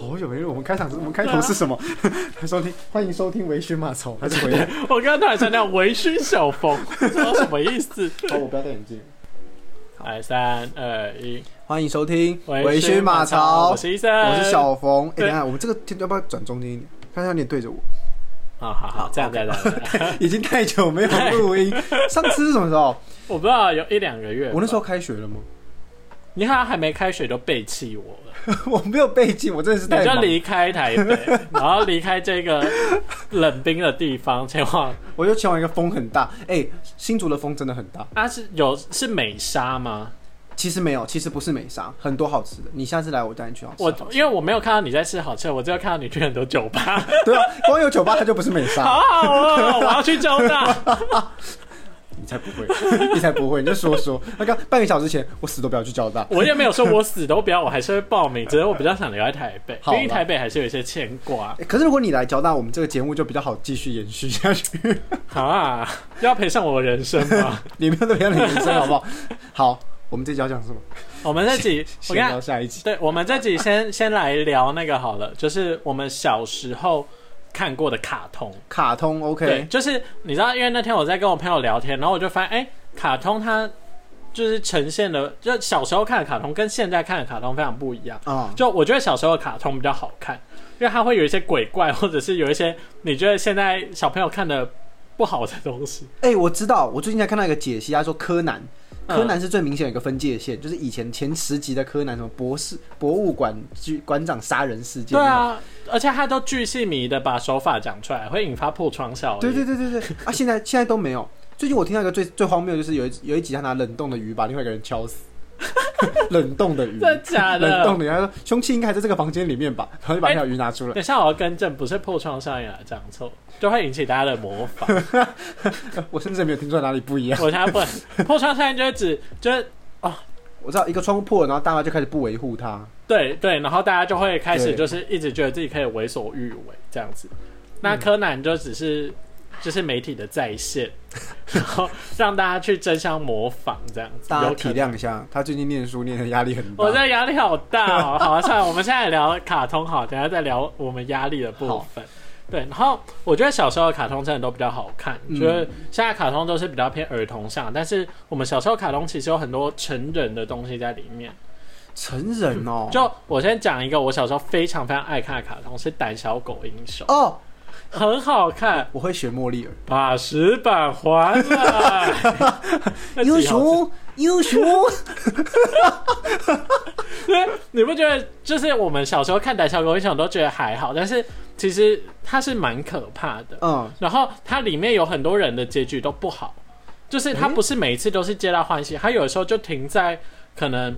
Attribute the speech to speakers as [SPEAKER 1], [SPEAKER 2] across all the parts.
[SPEAKER 1] 好久没录，我们开场是我们开头是什么？收听欢迎收听微醺嘛，丑啊还是回来？
[SPEAKER 2] 我刚刚突然想到微醺小冯，不知道什么意思。
[SPEAKER 1] 哦，我不要戴眼镜。
[SPEAKER 2] 来，三二一，
[SPEAKER 1] 欢迎收听
[SPEAKER 2] 马
[SPEAKER 1] 超
[SPEAKER 2] 我是医生，
[SPEAKER 1] 我是小冯。哎、
[SPEAKER 2] 对
[SPEAKER 1] 等一下我们这个要不要转中间一点？看一下你对着我，
[SPEAKER 2] 好好好，这样这样这样。这样
[SPEAKER 1] 已经太久没有录音。上次是什么时候？
[SPEAKER 2] 我不知道有一两个月吧，
[SPEAKER 1] 我那时候开学了吗？
[SPEAKER 2] 你好像还没开学就背弃我了，
[SPEAKER 1] 我没有背景，我真的是
[SPEAKER 2] 你
[SPEAKER 1] 太
[SPEAKER 2] 就
[SPEAKER 1] 忙。
[SPEAKER 2] 离开台北，然后离开这个冷冰的地方，前往
[SPEAKER 1] 我就前往一个风很大，哎、新竹的风真的很大。
[SPEAKER 2] 啊是有是美沙吗？
[SPEAKER 1] 其实没有，其实不是美沙，很多好吃的。你下次来，我带你去好吃。
[SPEAKER 2] 我因为我没有看到你在吃好吃的，我只有看到你去很多酒 吧，
[SPEAKER 1] 对啊，光有酒吧它就不是美 沙。
[SPEAKER 2] 好好哦，我要去交大。
[SPEAKER 1] 你才不会，你才不会，你就说说。那刚半个小时前，我死都不要去交大。
[SPEAKER 2] 我也没有说我死都不要，我还是会报名，只是我比较想留在台北，
[SPEAKER 1] 好
[SPEAKER 2] 因
[SPEAKER 1] 啦
[SPEAKER 2] 为台北还是有一些牵挂
[SPEAKER 1] 欸可是如果你来交大，我们这个节目就比较好继续延续下去。
[SPEAKER 2] 啊，要赔上我的人生吗？
[SPEAKER 1] 你们都不要你人生好不好？好，我们这集要讲什么？
[SPEAKER 2] 我们这 集，我
[SPEAKER 1] 先
[SPEAKER 2] 跟你
[SPEAKER 1] 聊
[SPEAKER 2] 讲
[SPEAKER 1] 下一集。
[SPEAKER 2] 对，我们这集先先来聊那个好了，就是我们小时候看过的卡通。
[SPEAKER 1] 卡通
[SPEAKER 2] 对，
[SPEAKER 1] OK，
[SPEAKER 2] 就是你知道，因为那天我在跟我朋友聊天，然后我就发现，哎、卡通它就是呈现的，就小时候看的卡通跟现在看的卡通非常不一样。
[SPEAKER 1] 啊、
[SPEAKER 2] 就我觉得小时候的卡通比较好看，因为它会有一些鬼怪，或者是有一些你觉得现在小朋友看的不好的东西。
[SPEAKER 1] 哎、我知道，我最近才看到一个解析，他说柯南，
[SPEAKER 2] 嗯
[SPEAKER 1] 柯南是最明显有一个分界线，就是以前前十集的柯南，什么博士博物馆居馆长杀人事件，
[SPEAKER 2] 对，啊，而且他都巨细靡的把手法讲出来，会引发破窗效应。
[SPEAKER 1] 对对对对对，啊，现在 现在都没有。最近我听到一个最最荒谬，的就是有一有一集他拿冷冻的鱼把另外一个人敲 死，冷冻的鱼，
[SPEAKER 2] 真的假的
[SPEAKER 1] 冷冻的鱼，他说凶器应该还在这个房间里面吧，然后就把那条鱼拿出来。
[SPEAKER 2] 等一下我要更正，不是破窗效应啊，讲错，就会引起大家的模仿。 哎
[SPEAKER 1] 我甚至也没有听出来哪里不一样。
[SPEAKER 2] 我现在不能破窗效应就会指就是
[SPEAKER 1] 我知道一个窗户破了，然后大家就开始不维护它。
[SPEAKER 2] 对对，然后大家就会开始
[SPEAKER 1] 对
[SPEAKER 2] 就是一直觉得自己可以为所欲为这样子。那柯南就只是、就是媒体的再现， 然后让大家去争相模仿这样子。
[SPEAKER 1] 大家
[SPEAKER 2] 有可
[SPEAKER 1] 体
[SPEAKER 2] 能
[SPEAKER 1] 谅一下，他最近念书念的压力很大。
[SPEAKER 2] 我这压力好大 哦。好、啊，算了，我们现在聊卡通好，等一下再聊我们压力的部分。对，然后我觉得小时候的卡通真的都比较好看，
[SPEAKER 1] 嗯
[SPEAKER 2] 觉得现在卡通都是比较偏儿童向，但是我们小时候卡通其实有很多成人的东西在里面。
[SPEAKER 1] 成人哦，
[SPEAKER 2] 就我先讲一个我小时候非常非常爱看的卡通，是《胆小狗英雄》，
[SPEAKER 1] 哦，
[SPEAKER 2] 很好看，
[SPEAKER 1] 我会学莫莉尔，
[SPEAKER 2] 把石板还来。 那
[SPEAKER 1] 英
[SPEAKER 2] 几号字，
[SPEAKER 1] 雄英雄，
[SPEAKER 2] 对，你不觉得就是我们小时候看《胆小狗英雄》都觉得还好，但是其实它是蛮可怕 的。
[SPEAKER 1] 嗯，
[SPEAKER 2] 然后它里面有很多人的结局都不好，就是它
[SPEAKER 1] 诶
[SPEAKER 2] 不是每一次都是皆大欢喜，它有的时候就停在可能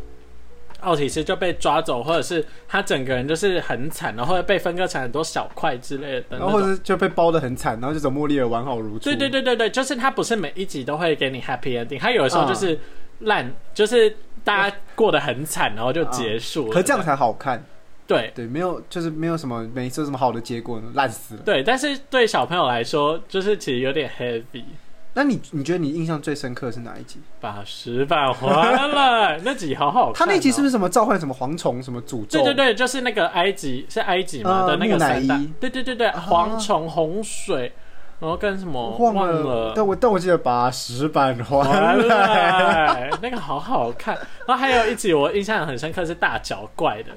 [SPEAKER 2] 奥提斯就被抓走，或者是他整个人就是很惨，然后会被分割成很多小块之类的。
[SPEAKER 1] 然后或者是就被包的很惨，然后就走莫莉尔完好如初。
[SPEAKER 2] 对对对对对，就是它不是每一集都会给你 happy ending，它有的时候
[SPEAKER 1] 嗯
[SPEAKER 2] 就是烂，就是大家过得很惨，然后就结束
[SPEAKER 1] 嗯
[SPEAKER 2] 了。
[SPEAKER 1] 可这样才好看。
[SPEAKER 2] 对
[SPEAKER 1] 对，没有，就是没有什么，每一次有什么好的结果呢，烂死了。
[SPEAKER 2] 对，但是对小朋友来说，就是其实有点 heavy。
[SPEAKER 1] 那你你觉得你印象最深刻的是哪一集？
[SPEAKER 2] 把石板还了，那集好好
[SPEAKER 1] 他
[SPEAKER 2] 看哦、
[SPEAKER 1] 那集是不是什么召唤什么蝗虫什么诅咒？
[SPEAKER 2] 对对对，就是那个埃及是埃及嘛、
[SPEAKER 1] 呃
[SPEAKER 2] 的那个
[SPEAKER 1] 木乃
[SPEAKER 2] 三大
[SPEAKER 1] 伊，啊
[SPEAKER 2] 对对对对，蝗虫、洪水，然后跟什么
[SPEAKER 1] 我忘
[SPEAKER 2] 忘
[SPEAKER 1] 了，但我但我记得把石板还
[SPEAKER 2] 完
[SPEAKER 1] 来。
[SPEAKER 2] 了，那个好好看。然后还有一集我印象很深刻是大脚怪的，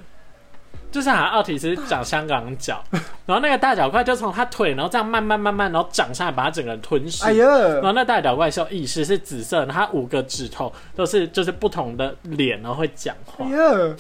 [SPEAKER 2] 就是好像奥提斯长香港脚，然后那个大脚怪就从他腿，然后这样慢慢慢慢，然后长上来，把他整个人吞噬。
[SPEAKER 1] 哎呀，
[SPEAKER 2] 然后那大脚怪是有意识，是紫色的，然后它五个指头都是就是不同的脸，然后会讲话
[SPEAKER 1] 哎，呀，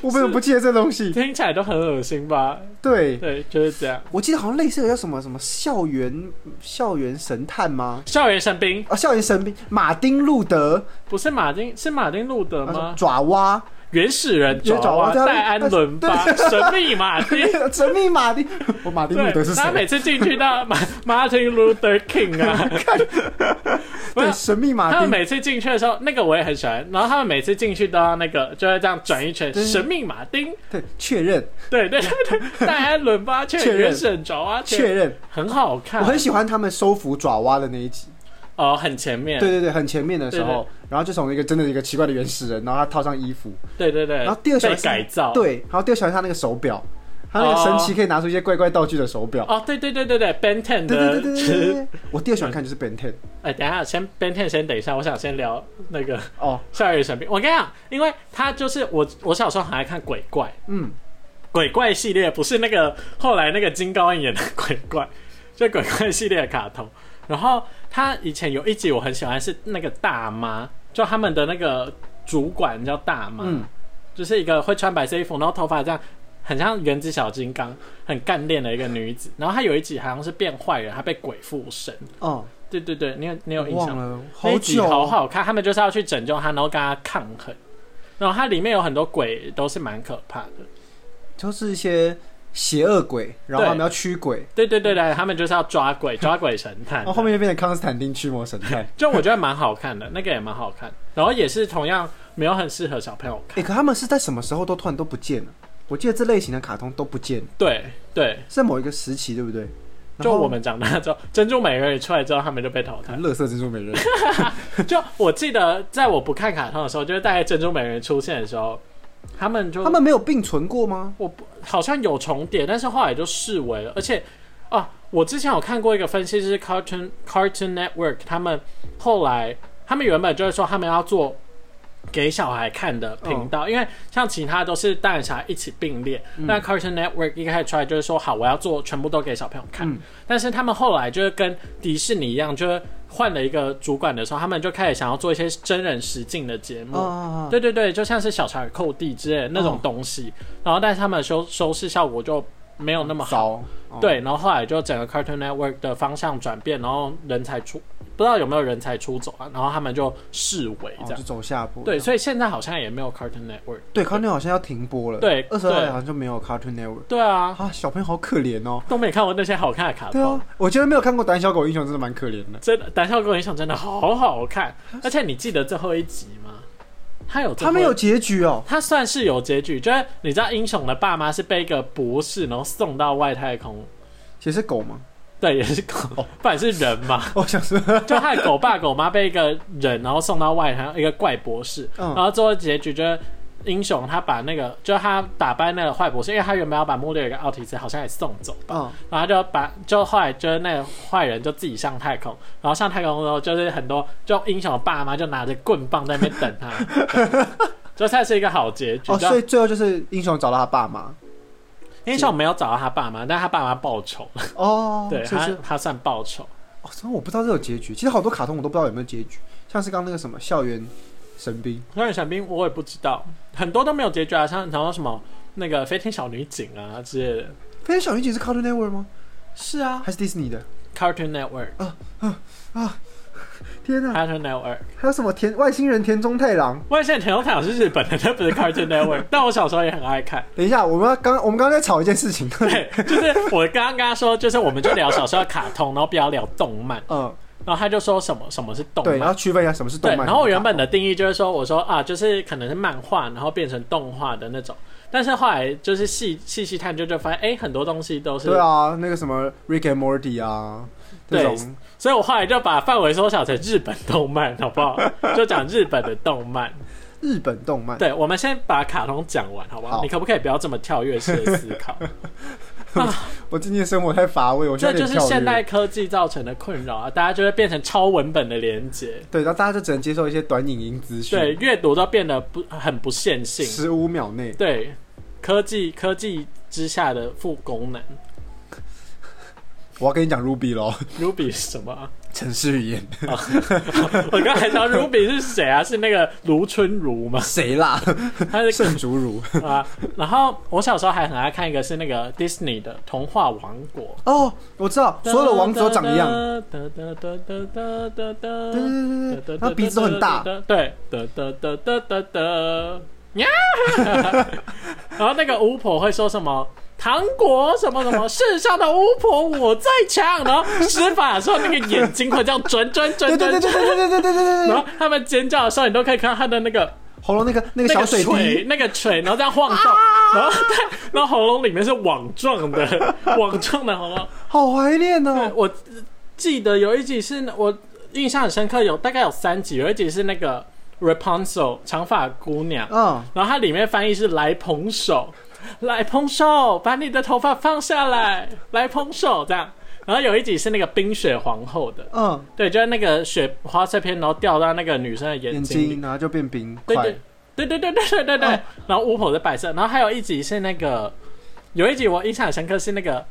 [SPEAKER 1] 我怎么不记得这东西？
[SPEAKER 2] 听起来都很恶心吧？
[SPEAKER 1] 对，
[SPEAKER 2] 对，就是这样。
[SPEAKER 1] 我记得好像类似的叫什么什么校园校园神探吗？
[SPEAKER 2] 校园神兵
[SPEAKER 1] 啊，校园神兵马丁路德
[SPEAKER 2] 不是马丁，是马丁路德
[SPEAKER 1] 啊
[SPEAKER 2] 吗？
[SPEAKER 1] 爪哇，
[SPEAKER 2] 原始人
[SPEAKER 1] 原始
[SPEAKER 2] 爪
[SPEAKER 1] 爪哇
[SPEAKER 2] 哇
[SPEAKER 1] 对啊
[SPEAKER 2] 戴安伦巴，神秘马丁。
[SPEAKER 1] 神秘马丁，我马丁路德
[SPEAKER 2] 对，
[SPEAKER 1] 是
[SPEAKER 2] 他
[SPEAKER 1] 谁？
[SPEAKER 2] 每次进去到马 Martin Luther King 啊，不
[SPEAKER 1] 对，
[SPEAKER 2] 是
[SPEAKER 1] 神秘马
[SPEAKER 2] 他们
[SPEAKER 1] 丁，
[SPEAKER 2] 每次进去的时候，那个我也很喜欢。然后他们每次进去都要那个，就会这样转一圈，
[SPEAKER 1] 对
[SPEAKER 2] 神秘马丁，
[SPEAKER 1] 对，确认
[SPEAKER 2] 对对对， 对戴安伦巴确
[SPEAKER 1] 确认
[SPEAKER 2] 原神爪哇圈啊
[SPEAKER 1] 确认，
[SPEAKER 2] 很好看
[SPEAKER 1] 我。很喜欢他们收服爪哇的那一集，
[SPEAKER 2] 哦，很前面，
[SPEAKER 1] 对对对，很前面的时
[SPEAKER 2] 对
[SPEAKER 1] 候，然后就从一个真的一个奇怪的原始人，然后他套上衣服，
[SPEAKER 2] 对对对，
[SPEAKER 1] 然后第二小
[SPEAKER 2] 被
[SPEAKER 1] 时
[SPEAKER 2] 改造，
[SPEAKER 1] 对，然后第二小时他那个手表，他那个神奇可以拿出一些怪怪道具的手表。
[SPEAKER 2] 哦，对对对对对，Ben Ten
[SPEAKER 1] 对对
[SPEAKER 2] 的，
[SPEAKER 1] 对对对对对，我第二喜欢看就是 Ben Ten
[SPEAKER 2] 哎，等一下，先 Ben Ten 先等一下，我想先聊那个
[SPEAKER 1] 哦，
[SPEAKER 2] 校园神兵。我跟你讲，因为他就是我，我小时候很爱看鬼怪，
[SPEAKER 1] 嗯，
[SPEAKER 2] 鬼怪系列不是那个后来那个金高银演的鬼怪，就鬼怪系列的卡通。然后他以前有一集我很喜欢是那个大妈，就他们的那个主管叫大妈，
[SPEAKER 1] 嗯
[SPEAKER 2] 就是一个会穿白色衣服，然后头发这样。很像原子小金刚，很干练的一个女子。然后她有一集好像是变坏人，她被鬼附身。
[SPEAKER 1] 哦，
[SPEAKER 2] 对对对，你有你有印象
[SPEAKER 1] 忘？了，
[SPEAKER 2] 那
[SPEAKER 1] 好
[SPEAKER 2] 一集
[SPEAKER 1] 久
[SPEAKER 2] 好
[SPEAKER 1] 哦，
[SPEAKER 2] 好看，他们就是要去拯救他，然后跟他抗衡。然后它里面有很多鬼都是蛮可怕的，
[SPEAKER 1] 就是一些邪恶鬼，然后
[SPEAKER 2] 对
[SPEAKER 1] 他们要驱鬼，
[SPEAKER 2] 对对对对，他们就是要抓鬼，抓鬼神探
[SPEAKER 1] 哦然后。后面就变成康斯坦丁驱魔神探。
[SPEAKER 2] 就我觉得蛮好看的，那个也蛮好看，然后也是同样没有很适合小朋友看。
[SPEAKER 1] 哎、可他们是在什么时候都突然都不见了？我记得这类型的卡通都不见了，
[SPEAKER 2] 对对，
[SPEAKER 1] 是在某一个时期，对不对？
[SPEAKER 2] 就我们长大之后，珍珠美人鱼出来之后，他们就被淘汰。
[SPEAKER 1] 乐色珍珠美人鱼，
[SPEAKER 2] 就我记得，在我不看卡通的时候，就是大概珍珠美人鱼出现的时候，他们就
[SPEAKER 1] 他们没有并存过吗？
[SPEAKER 2] 我不好像有重叠，但是后来就视为了。而且啊，我之前有看过一个分析师 Cartoon Cartoon Network，他们后来他们原本就是说他们要做给小孩看的频道，因为像其他都是大人小孩一起并列，那 Cartoon Network 一开始出来就是说好，我要做全部都给小朋友看。
[SPEAKER 1] 嗯
[SPEAKER 2] 但是他们后来就是跟迪士尼一样，就是换了一个主管的时候，他们就开始想要做一些真人实境的节目。
[SPEAKER 1] 啊，
[SPEAKER 2] 对对对，就像是小查尔寇地之类的那种东西，
[SPEAKER 1] 哦
[SPEAKER 2] 然后但是他们的收收视效果就没有那么好。
[SPEAKER 1] 糟，哦，
[SPEAKER 2] 对，然后后来就整个 Cartoon Network 的方向转变，然后人才出不知道有没有人才出走啊，然后他们就视为
[SPEAKER 1] 哦
[SPEAKER 2] 这样。
[SPEAKER 1] 就走下坡。
[SPEAKER 2] 对，所以现在好像也没有 Cartoon Network。
[SPEAKER 1] 对，Cartoon Network 好像要停播了。
[SPEAKER 2] 对
[SPEAKER 1] 二十二
[SPEAKER 2] 对
[SPEAKER 1] 好像就没有 Cartoon Network
[SPEAKER 2] 对啊，
[SPEAKER 1] 啊，小朋友好可怜哦。
[SPEAKER 2] 都没看过那些好看的卡
[SPEAKER 1] 对
[SPEAKER 2] 通
[SPEAKER 1] 啊。，我觉得没有看过《胆小狗英雄》真的蛮可怜的。
[SPEAKER 2] 真的，胆小狗影响真的好好看，而且你记得最后一集吗？它有最
[SPEAKER 1] 他们
[SPEAKER 2] 后一
[SPEAKER 1] 有结局哦，
[SPEAKER 2] 他算是有结局，就是你知道英雄的爸妈是被一个博士然后送到外太空，
[SPEAKER 1] 也是狗吗？
[SPEAKER 2] 对，也是狗，
[SPEAKER 1] 哦
[SPEAKER 2] 不然是人嘛。
[SPEAKER 1] 我想说，
[SPEAKER 2] 就他的狗爸狗妈被一个人然后送到外太空，一个怪博士，然
[SPEAKER 1] 嗯，
[SPEAKER 2] 后最后结局就是英雄他把那个就是他打败那个坏博士，因为他原本要把莫略尔跟奥提斯好像也送走，
[SPEAKER 1] 嗯，
[SPEAKER 2] 然后就把就后来就是那个坏人就自己上太空，然后上太空之后就是很多就英雄的爸妈就拿着棍棒在那边等 他，就 算是一个好结局。
[SPEAKER 1] 哦，
[SPEAKER 2] 就
[SPEAKER 1] 所以最后就是英雄找到他爸妈，
[SPEAKER 2] 英雄没有找到他爸妈，但他爸妈报仇，
[SPEAKER 1] 哦，
[SPEAKER 2] 对
[SPEAKER 1] 所以
[SPEAKER 2] 他
[SPEAKER 1] 是
[SPEAKER 2] 他算报仇。
[SPEAKER 1] 哦，真的我不知道这有结局。其实好多卡通我都不知道有没有结局，像是刚刚那个什么校园神兵，
[SPEAKER 2] 那人伞兵我也不知道，很多都没有结局啊，像然后什么那个飞天小女警啊之类的
[SPEAKER 1] 飞天小女警是 Cartoon Network 吗？
[SPEAKER 2] 是啊
[SPEAKER 1] 还是迪士尼的？
[SPEAKER 2] ，Cartoon Network、
[SPEAKER 1] 嗯天哪、
[SPEAKER 2] Cartoon Network，
[SPEAKER 1] 还有什么田外星人田中太郎？
[SPEAKER 2] 外线田中太郎是日本的，那不是 Cartoon Network，但我小时候也很爱看。
[SPEAKER 1] 等一下，我们要刚我们刚刚在吵一件事情，
[SPEAKER 2] 对，就是我刚刚跟他说，就是我们就聊小时候的卡通，然后不要聊动漫。
[SPEAKER 1] 嗯，
[SPEAKER 2] 然后他就说什么什么是动
[SPEAKER 1] 对，然
[SPEAKER 2] 漫
[SPEAKER 1] 后，区分一下什么是动
[SPEAKER 2] 对。
[SPEAKER 1] 漫。
[SPEAKER 2] 然后我原本的定义就是说，我说啊，就是可能是漫画，然后变成动画的那种。但是后来就是细细细探究，就发现哎、很多东西都是
[SPEAKER 1] 对啊，那个什么 Rick and Morty 啊，这
[SPEAKER 2] 对
[SPEAKER 1] 种
[SPEAKER 2] 所以我后来就把范围缩小成日本动漫，好不 好？就讲日本的动漫。
[SPEAKER 1] 日本动漫。
[SPEAKER 2] 对，我们先把卡通讲完，好不好？
[SPEAKER 1] 好
[SPEAKER 2] 你可不可以不要这么跳跃式的思 考？
[SPEAKER 1] 我今天生活太乏味，我现在
[SPEAKER 2] 这
[SPEAKER 1] 有
[SPEAKER 2] 就
[SPEAKER 1] 点跳
[SPEAKER 2] 是现代
[SPEAKER 1] 跃。
[SPEAKER 2] 科技造成的困扰啊！大家就会变成超文本的连接，
[SPEAKER 1] 对，然后大家就只能接受一些短影音资讯，
[SPEAKER 2] 对，阅读都变得不很不线性。
[SPEAKER 1] 十五秒内。
[SPEAKER 2] 对，科技科技之下的副功能
[SPEAKER 1] 我要跟你讲 Ruby 咯，
[SPEAKER 2] ，Ruby 是什么啊？
[SPEAKER 1] 城市语言，
[SPEAKER 2] 我刚才想 Ruby 是谁啊？是那个卢春如吗？
[SPEAKER 1] 谁啦？
[SPEAKER 2] 他是
[SPEAKER 1] 圣竹如。
[SPEAKER 2] 啊，然后我小时候还很爱看一个是那个 Disney 的《童话王国
[SPEAKER 1] 哦，我知道，》，所有的王子都长一样，
[SPEAKER 2] 哒哒哒哒哒哒哒。
[SPEAKER 1] 对对对
[SPEAKER 2] 哒
[SPEAKER 1] 对，然后鼻子都很大，，
[SPEAKER 2] 对，哒哒哒哒哒哒，呀！然后那个巫婆会说什么？糖果什么什么，世上的巫婆我最强。然后施法的时候，那个眼睛会这样转转
[SPEAKER 1] 对
[SPEAKER 2] 转
[SPEAKER 1] 对对对
[SPEAKER 2] 转转。
[SPEAKER 1] 对对对对对对
[SPEAKER 2] 然
[SPEAKER 1] 对，
[SPEAKER 2] 后他们尖叫的时候，你都可以看到他的那个
[SPEAKER 1] 喉咙那个那个
[SPEAKER 2] 那
[SPEAKER 1] 小
[SPEAKER 2] 个
[SPEAKER 1] 水滴，啊
[SPEAKER 2] 锤，那个锤，然后这样晃 动，然后对，然后喉咙里面是网状 的，网状的喉咙。
[SPEAKER 1] 好怀念
[SPEAKER 2] 对
[SPEAKER 1] 哦。
[SPEAKER 2] 我记得有一集是我印象很深刻，有大概有三集，有一集是那个 Rapunzel 长发姑娘，
[SPEAKER 1] 嗯，
[SPEAKER 2] 然后它里面翻译是来捧手，来捧手，把你的头发放下来，来捧手这样。然后有一集是那个冰雪皇后的，
[SPEAKER 1] 嗯，
[SPEAKER 2] 对，就是那个雪花碎片，然后掉到那个女生的眼
[SPEAKER 1] 眼
[SPEAKER 2] 睛里
[SPEAKER 1] 睛，然后就变冰
[SPEAKER 2] 对
[SPEAKER 1] 块
[SPEAKER 2] 对，对对对对对对对。
[SPEAKER 1] 哦
[SPEAKER 2] 然后巫婆的摆设，然后还有一集是那个，有一集我印象很深刻是那个，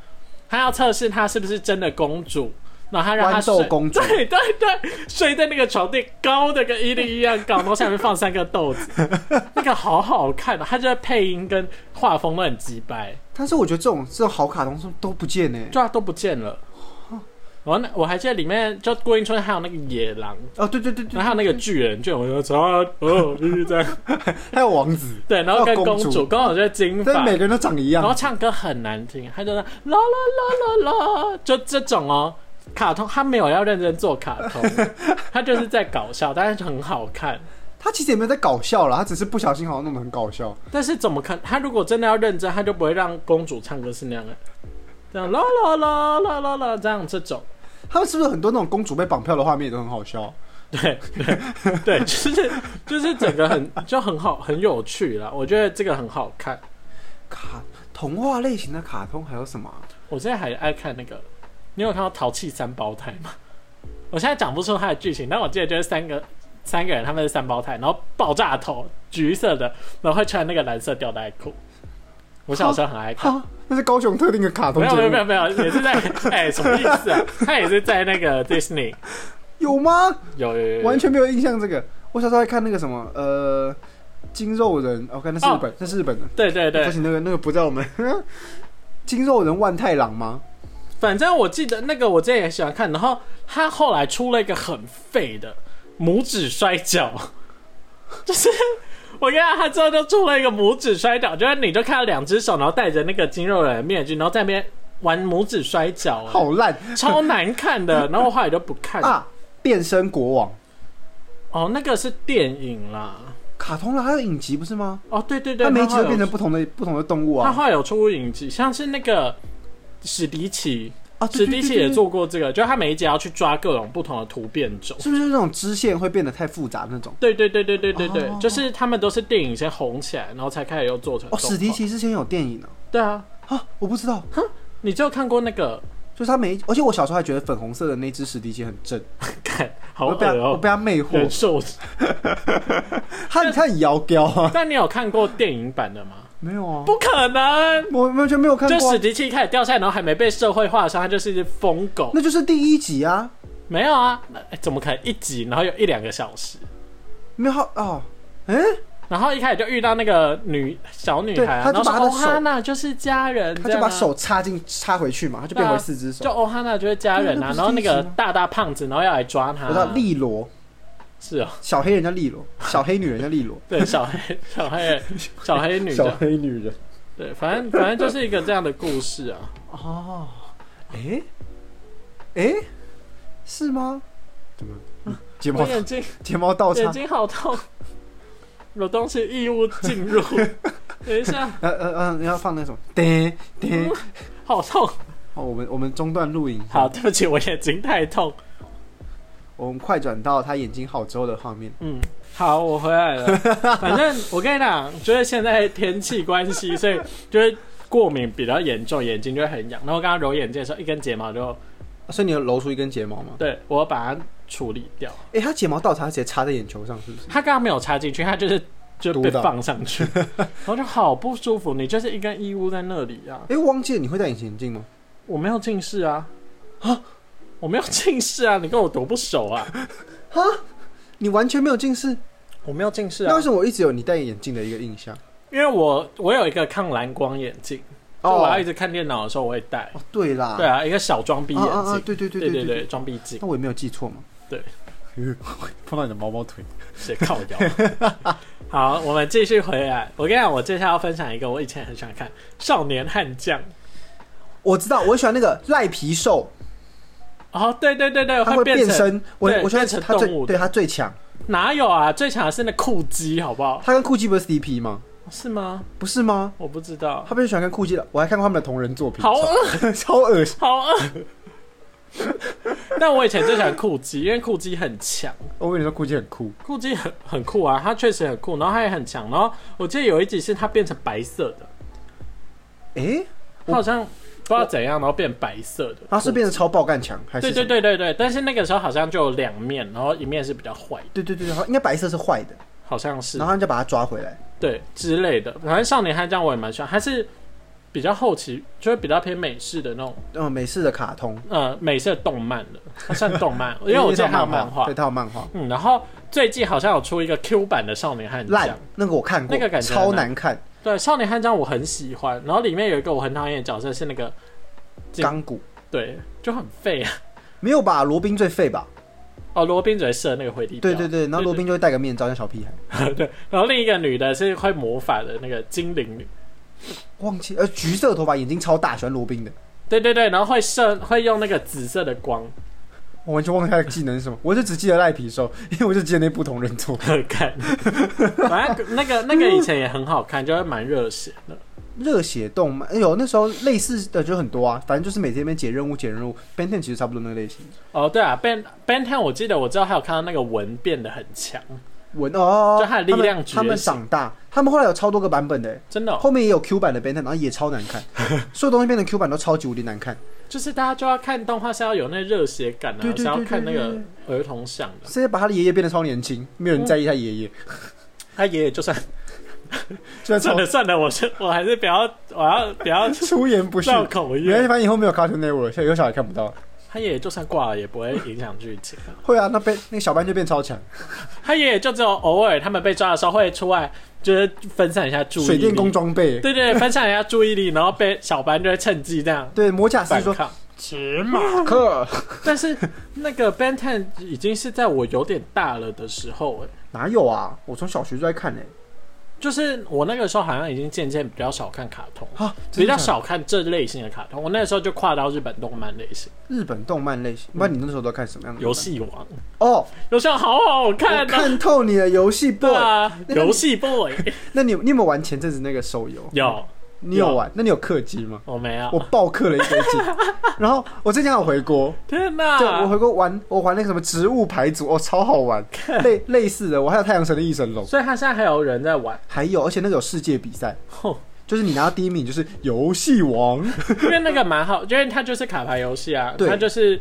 [SPEAKER 2] 他要测试她是不是真的公主，然后他让她
[SPEAKER 1] 豌豆
[SPEAKER 2] 睡
[SPEAKER 1] 公主
[SPEAKER 2] 对对对，睡在那个床垫高的跟一零一样高，然后下面放三个豆子，那个好好看的，他就在配音跟画风都很鸡掰，
[SPEAKER 1] 但是我觉得这种这种好卡通是都不见欸呢、
[SPEAKER 2] 对啊都不见了。然后那我还记得里面就郭英春还有那个野狼，
[SPEAKER 1] 哦，对对对对，
[SPEAKER 2] 然后还有那个巨人，巨人我就说啊哦，就是这样。
[SPEAKER 1] 还有王 子，
[SPEAKER 2] 对，然后跟
[SPEAKER 1] 还有
[SPEAKER 2] 公
[SPEAKER 1] 公
[SPEAKER 2] 主，
[SPEAKER 1] 主
[SPEAKER 2] 公主就是金发，
[SPEAKER 1] 但每个人都长一
[SPEAKER 2] 然后
[SPEAKER 1] 样。
[SPEAKER 2] 唱歌很难听，他就是啦啦啦啦啦，就这种哦。卡通他没有要认真做卡通，他就是在搞笑，但是很好看。
[SPEAKER 1] 他其实也没有在搞笑啦，他只是不小心好像弄得很搞笑。
[SPEAKER 2] 但是怎么看？他如果真的要认真，他就不会让公主唱歌是那样的，这样啦啦啦啦啦啦，这样这种，
[SPEAKER 1] 他们是不是很多那种公主被绑票的画面也都很好笑？
[SPEAKER 2] 对对对，就是就是整个很就很好很有趣啦。我觉得这个很好看。
[SPEAKER 1] 卡童话类型的卡通还有什么啊、
[SPEAKER 2] 我现在还爱看那个，你有看到《淘气三胞胎》吗？ 我现在讲不出它的剧情，但我记得就是三个三个人，他们是三胞胎，然后爆炸头，橘色的，然后会穿那个蓝色吊带裤。我小时候很爱看，
[SPEAKER 1] 哈，那是高雄特定的卡通
[SPEAKER 2] 没
[SPEAKER 1] 节
[SPEAKER 2] 有
[SPEAKER 1] 目，
[SPEAKER 2] 没有没有没有，也是在哎、什么意思啊？他也是在那个 Disney
[SPEAKER 1] 有吗？
[SPEAKER 2] 有有有有
[SPEAKER 1] 完全没有印象。这个我小时候还看那个什么，呃，金肉人，哦我、看那是日本，
[SPEAKER 2] 哦
[SPEAKER 1] 那是日本的。
[SPEAKER 2] 对对对
[SPEAKER 1] 而，且那个那个不在我们。 金肉人万太郎吗？
[SPEAKER 2] 反正我记得那个我之前也喜欢看，然后他后来出了一个很废的拇指摔跤， 就是我跟你讲，他之后就出了一个拇指摔跤，就是你就看到两只手，然后戴着那个筋肉人的面具，然后在那边玩拇指摔跤，哎
[SPEAKER 1] 好烂
[SPEAKER 2] 超难 看的。然后我后来就不看了。
[SPEAKER 1] 啊！变身国王，
[SPEAKER 2] 哦，那个是电影啦。
[SPEAKER 1] 卡通啦，还有影集不是吗？
[SPEAKER 2] 哦，对对对，
[SPEAKER 1] 它每一集
[SPEAKER 2] 他
[SPEAKER 1] 都
[SPEAKER 2] 后来有
[SPEAKER 1] 变成不同的不同的动物
[SPEAKER 2] 他
[SPEAKER 1] 啊。
[SPEAKER 2] 后来有出影集，像是那个史迪奇，
[SPEAKER 1] 啊，对
[SPEAKER 2] 史迪
[SPEAKER 1] 对
[SPEAKER 2] 奇
[SPEAKER 1] 对
[SPEAKER 2] 也
[SPEAKER 1] 对
[SPEAKER 2] 做过这个，就是他每一集要去抓各种不同的突变种。
[SPEAKER 1] 是不是那种支线会变得太复杂那种？
[SPEAKER 2] 对对对对对对对，
[SPEAKER 1] 哦
[SPEAKER 2] 就是他们都是电影先红起来，然后才开始又做成。
[SPEAKER 1] 哦，史迪。奇之前有电影呢、
[SPEAKER 2] 对啊，
[SPEAKER 1] 啊，我不知道，
[SPEAKER 2] 你就看过那个？
[SPEAKER 1] 就是他每一，而且我小时候还觉得粉红色的那只史迪奇很正，
[SPEAKER 2] 看，好
[SPEAKER 1] 我
[SPEAKER 2] 恶
[SPEAKER 1] 被他我
[SPEAKER 2] 哦、
[SPEAKER 1] 被他魅
[SPEAKER 2] 人
[SPEAKER 1] 惑，
[SPEAKER 2] 兽。
[SPEAKER 1] 他他很妖娇啊，
[SPEAKER 2] 但你有看过电影版的吗？
[SPEAKER 1] 没有啊，
[SPEAKER 2] 不可能！
[SPEAKER 1] 我完全没有看
[SPEAKER 2] 就
[SPEAKER 1] 过啊、
[SPEAKER 2] 史迪奇一开始掉下来，然后还没被社会化的时候，他就是一只疯狗。
[SPEAKER 1] 那就是第一集啊，
[SPEAKER 2] 没有啊、哎怎么可能一集，然后有一两个小时？
[SPEAKER 1] 没有好哦，嗯、
[SPEAKER 2] 然后一开始就遇到那个女小女孩、
[SPEAKER 1] 对他
[SPEAKER 2] 啊，然后
[SPEAKER 1] 就
[SPEAKER 2] 说
[SPEAKER 1] 把
[SPEAKER 2] 哦
[SPEAKER 1] 他的手
[SPEAKER 2] 哈娜就是家人，
[SPEAKER 1] 他
[SPEAKER 2] 这
[SPEAKER 1] 就
[SPEAKER 2] 样
[SPEAKER 1] 把
[SPEAKER 2] 啊
[SPEAKER 1] 手插进插回去嘛，他就变
[SPEAKER 2] 对
[SPEAKER 1] 回
[SPEAKER 2] 啊
[SPEAKER 1] 四只
[SPEAKER 2] 就
[SPEAKER 1] 手，
[SPEAKER 2] 哦哈娜就是家人啊，
[SPEAKER 1] 那
[SPEAKER 2] 然后
[SPEAKER 1] 那不是第
[SPEAKER 2] 那
[SPEAKER 1] 一集吗
[SPEAKER 2] 个大大胖子，然后要来抓他、
[SPEAKER 1] 我知道利罗，
[SPEAKER 2] 是哦。
[SPEAKER 1] 小黑人叫利罗，小黑女人叫利 罗，
[SPEAKER 2] 对，小黑小黑小黑女
[SPEAKER 1] 小
[SPEAKER 2] 的，
[SPEAKER 1] 黑女人，
[SPEAKER 2] 对，反正反正就是一个这样的故事啊。
[SPEAKER 1] 哦，诶诶，是吗？怎么睫
[SPEAKER 2] 我
[SPEAKER 1] 毛
[SPEAKER 2] 眼睛
[SPEAKER 1] 睫毛倒
[SPEAKER 2] 眼
[SPEAKER 1] 插？
[SPEAKER 2] 睛好痛，有东西异物进入，等一下，
[SPEAKER 1] 呃呃呃，你要放那 个什么？叮叮，
[SPEAKER 2] 好痛。
[SPEAKER 1] 好，哦我们我们中断录影，
[SPEAKER 2] 好，，对不起，我眼睛太痛。
[SPEAKER 1] 我们快转到他眼睛好之后的画面。
[SPEAKER 2] 嗯，好，我回来了。反正我跟你讲，就是现在天气关系，所以就是过敏比较严重，眼睛就会很痒。然后刚刚揉眼睛的时候，一根睫毛就
[SPEAKER 1] 啊所以你有揉出一根睫毛吗？
[SPEAKER 2] 对我把它处理掉。
[SPEAKER 1] 诶，他睫毛倒插直接插在眼球上，是不是？
[SPEAKER 2] 他刚刚没有插进去，他就是就
[SPEAKER 1] 读
[SPEAKER 2] 被
[SPEAKER 1] 到
[SPEAKER 2] 放上 去，然后就好不舒服。你就是一根衣物在那里啊！
[SPEAKER 1] 诶，汪姐，你会戴隐形眼镜吗？
[SPEAKER 2] 我没有近视啊，我没有近视啊！你跟我多不熟啊！
[SPEAKER 1] 你完全没有近视，
[SPEAKER 2] 我没有近视
[SPEAKER 1] 那
[SPEAKER 2] 啊
[SPEAKER 1] 为，什么我一直有你戴眼镜的一个印象？
[SPEAKER 2] 因为我我有一个抗蓝光眼镜，就我要一直看电脑的时候我会戴。
[SPEAKER 1] 哦，对啦，
[SPEAKER 2] 哦对啊，一个小装逼眼
[SPEAKER 1] 啊啊
[SPEAKER 2] 镜，
[SPEAKER 1] 啊，对对对
[SPEAKER 2] 对
[SPEAKER 1] 对
[SPEAKER 2] 对，，装逼镜，
[SPEAKER 1] 那我也没有记错嘛。
[SPEAKER 2] 对，
[SPEAKER 1] 碰到你的毛毛腿，
[SPEAKER 2] 是靠腰。啊 好，我们继续回来。我跟你讲，我接下来要分享一个我以前很喜欢看《少年悍将》。
[SPEAKER 1] 我知道，我喜欢那个赖皮兽，
[SPEAKER 2] 哦，对对对对，
[SPEAKER 1] 它会
[SPEAKER 2] 变成
[SPEAKER 1] 身，我
[SPEAKER 2] 对
[SPEAKER 1] 我喜欢
[SPEAKER 2] 变成
[SPEAKER 1] 它
[SPEAKER 2] 动
[SPEAKER 1] 最
[SPEAKER 2] 物的
[SPEAKER 1] 对它最强，
[SPEAKER 2] 哪有啊？最强的是那酷鸡，好不好？
[SPEAKER 1] 它跟酷基不是 CP 吗？
[SPEAKER 2] 是吗？
[SPEAKER 1] 不是吗？
[SPEAKER 2] 我不知道
[SPEAKER 1] 他。不是喜欢跟酷基的，我还看过他们的同人作品，
[SPEAKER 2] 好恶，
[SPEAKER 1] 超超恶心。
[SPEAKER 2] 好恶。 但我以前最喜欢酷鸡，因为酷鸡很强，
[SPEAKER 1] 我跟你说，酷鸡很酷，
[SPEAKER 2] 酷鸡很很酷啊，它确实很酷，然后它也很强。然后我记得有一集是它变成白色的，
[SPEAKER 1] 诶、
[SPEAKER 2] 它好像不知道怎样，然后变白色的。
[SPEAKER 1] 它是变成超爆干强还是
[SPEAKER 2] 对
[SPEAKER 1] 什
[SPEAKER 2] 对
[SPEAKER 1] 么？
[SPEAKER 2] 对对对，但是那个时候好像就有两面，然后一面是比较坏的，
[SPEAKER 1] 对对对对，它应该白色是坏的，
[SPEAKER 2] 好像是
[SPEAKER 1] 然后他们就把它抓回来。
[SPEAKER 2] 对之类的。反正少年悍将我也蛮喜欢，它是比较后期，就是比较偏美式的那种
[SPEAKER 1] 嗯，美式的卡通，
[SPEAKER 2] 呃美式的动漫 了，它算动漫，因为我记得
[SPEAKER 1] 那
[SPEAKER 2] 还有
[SPEAKER 1] 有
[SPEAKER 2] 漫画
[SPEAKER 1] 对，。它有漫画。
[SPEAKER 2] 嗯，然后最近好像有出一个 Q 版的少年悍将
[SPEAKER 1] 烂，那个我看过，
[SPEAKER 2] 那个感觉
[SPEAKER 1] 超难看，
[SPEAKER 2] 对少年悍将我很喜欢，然后里面有一个我很讨厌的角色是那个进
[SPEAKER 1] 钢骨
[SPEAKER 2] 对就很废啊，
[SPEAKER 1] 没有吧？罗宾最废吧？
[SPEAKER 2] 哦罗宾嘴射那个回力镖，
[SPEAKER 1] 对对对，然后罗宾就会戴个面罩，像小屁孩。
[SPEAKER 2] 对，然后另一个女的是会魔法的那个精灵女，
[SPEAKER 1] 忘记，呃，橘色的头发，眼睛超大，喜欢罗宾的。
[SPEAKER 2] 对对对，然后会射会用那个紫色的光，
[SPEAKER 1] 我完全忘了他的技能是什么，我就只记得赖皮兽，因为我就记得那部同人作。
[SPEAKER 2] 看，反正那个那个以前也很好看，就是蛮热血的。
[SPEAKER 1] 热血动漫，哎呦，那时候类似的就很多啊，反正就是每天在那边解任务解任务。Ben 10其实差不多那个类型，
[SPEAKER 2] 哦，对啊，Ben Ben Ten，我记得我知道还有看到那个文变得很强，
[SPEAKER 1] 文哦，
[SPEAKER 2] 就他的力量觉醒
[SPEAKER 1] 他们他们长大，他们后来有超多个版本的、
[SPEAKER 2] 真的哦、
[SPEAKER 1] 后面也有 Q 版的 Ben 10，然后也超难 看，所有东西变成 Q 版都超级无敌难看。
[SPEAKER 2] 就是大家就要看动画是要有那热血感啊，
[SPEAKER 1] 对对对
[SPEAKER 2] 是要看那
[SPEAKER 1] 对
[SPEAKER 2] 个
[SPEAKER 1] 对
[SPEAKER 2] 儿童像的。
[SPEAKER 1] 直接把他的爷爷变得超年轻，没有人在意他爷爷，
[SPEAKER 2] 他爷爷就算
[SPEAKER 1] 就
[SPEAKER 2] 算
[SPEAKER 1] 算
[SPEAKER 2] 了算了，我是我还是不要，我要不要
[SPEAKER 1] 超出言不逊。
[SPEAKER 2] 绕口
[SPEAKER 1] 没关系，
[SPEAKER 2] 音。
[SPEAKER 1] 反正以后没有 Cartoon Network，现在有小孩看不到。
[SPEAKER 2] 他爷爷就算挂了也不会影响剧情啊。
[SPEAKER 1] 会啊，那被那个小班就变超强，
[SPEAKER 2] 他爷爷就只有偶尔他们被抓的时候会出来，就是分散一下注意力。
[SPEAKER 1] 水电工装备。
[SPEAKER 2] 对对，分散一下注意力，然后被小班就会趁机这样
[SPEAKER 1] 对，魔甲师
[SPEAKER 2] 反
[SPEAKER 1] 说
[SPEAKER 2] 抗。骑马，
[SPEAKER 1] 克
[SPEAKER 2] 但是那个 Ben Ten 已经是在我有点大了的时候、欸，
[SPEAKER 1] 哪有啊？我从小学就在看欸诶、
[SPEAKER 2] 就是我那个时候好像已经渐渐比较少看卡通，
[SPEAKER 1] 啊，
[SPEAKER 2] 比
[SPEAKER 1] 真的
[SPEAKER 2] 较
[SPEAKER 1] 假的
[SPEAKER 2] 少看这类型的卡通。我那时候就跨到日本动漫类型，
[SPEAKER 1] 日本动漫类型。不然你那时候都在看什么样的
[SPEAKER 2] 嗯游戏王，
[SPEAKER 1] 哦，
[SPEAKER 2] 游戏王好好看
[SPEAKER 1] 我
[SPEAKER 2] 啊！
[SPEAKER 1] 看透你的游戏 boy
[SPEAKER 2] 对。啊，
[SPEAKER 1] 那个
[SPEAKER 2] 游 戏 boy
[SPEAKER 1] 那你有你有没有玩前阵子那个手游？
[SPEAKER 2] 有，
[SPEAKER 1] 你有
[SPEAKER 2] 有
[SPEAKER 1] 玩？那你有氪金吗？
[SPEAKER 2] 我没
[SPEAKER 1] 我
[SPEAKER 2] 有。
[SPEAKER 1] 爆氪了一堆 金，然后我之前还有回国，
[SPEAKER 2] 天
[SPEAKER 1] 对我
[SPEAKER 2] 哪！
[SPEAKER 1] 回国玩，我玩那个什么植物牌组，哦，超好玩，类类似的，我还有太阳神的异神龙，
[SPEAKER 2] 所以他现在还有人在 玩，
[SPEAKER 1] 还有，而且那个有世界比赛，
[SPEAKER 2] 吼
[SPEAKER 1] 就是你拿到第一名就是游戏王，
[SPEAKER 2] 因为那个蛮好，因为它就是卡牌游戏啊，
[SPEAKER 1] 对
[SPEAKER 2] 它就是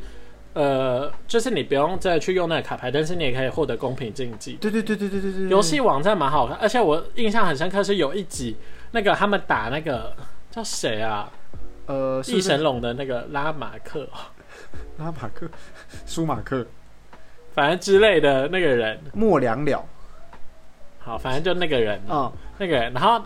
[SPEAKER 2] 呃，就是你不用再去用那个卡牌，但是你也可以获得公平竞技。
[SPEAKER 1] 对对对对对对对，
[SPEAKER 2] 游戏网站蛮好看，而且我印象很深刻是有一集，那个他们打那个叫谁啊？
[SPEAKER 1] 呃，是不
[SPEAKER 2] 异
[SPEAKER 1] 是
[SPEAKER 2] 神龙的那个拉马克，
[SPEAKER 1] 拉马 克、舒马克、
[SPEAKER 2] 反正之类的那个人，
[SPEAKER 1] 莫良了
[SPEAKER 2] 好，反正就那个人，
[SPEAKER 1] 啊
[SPEAKER 2] 那个人。然后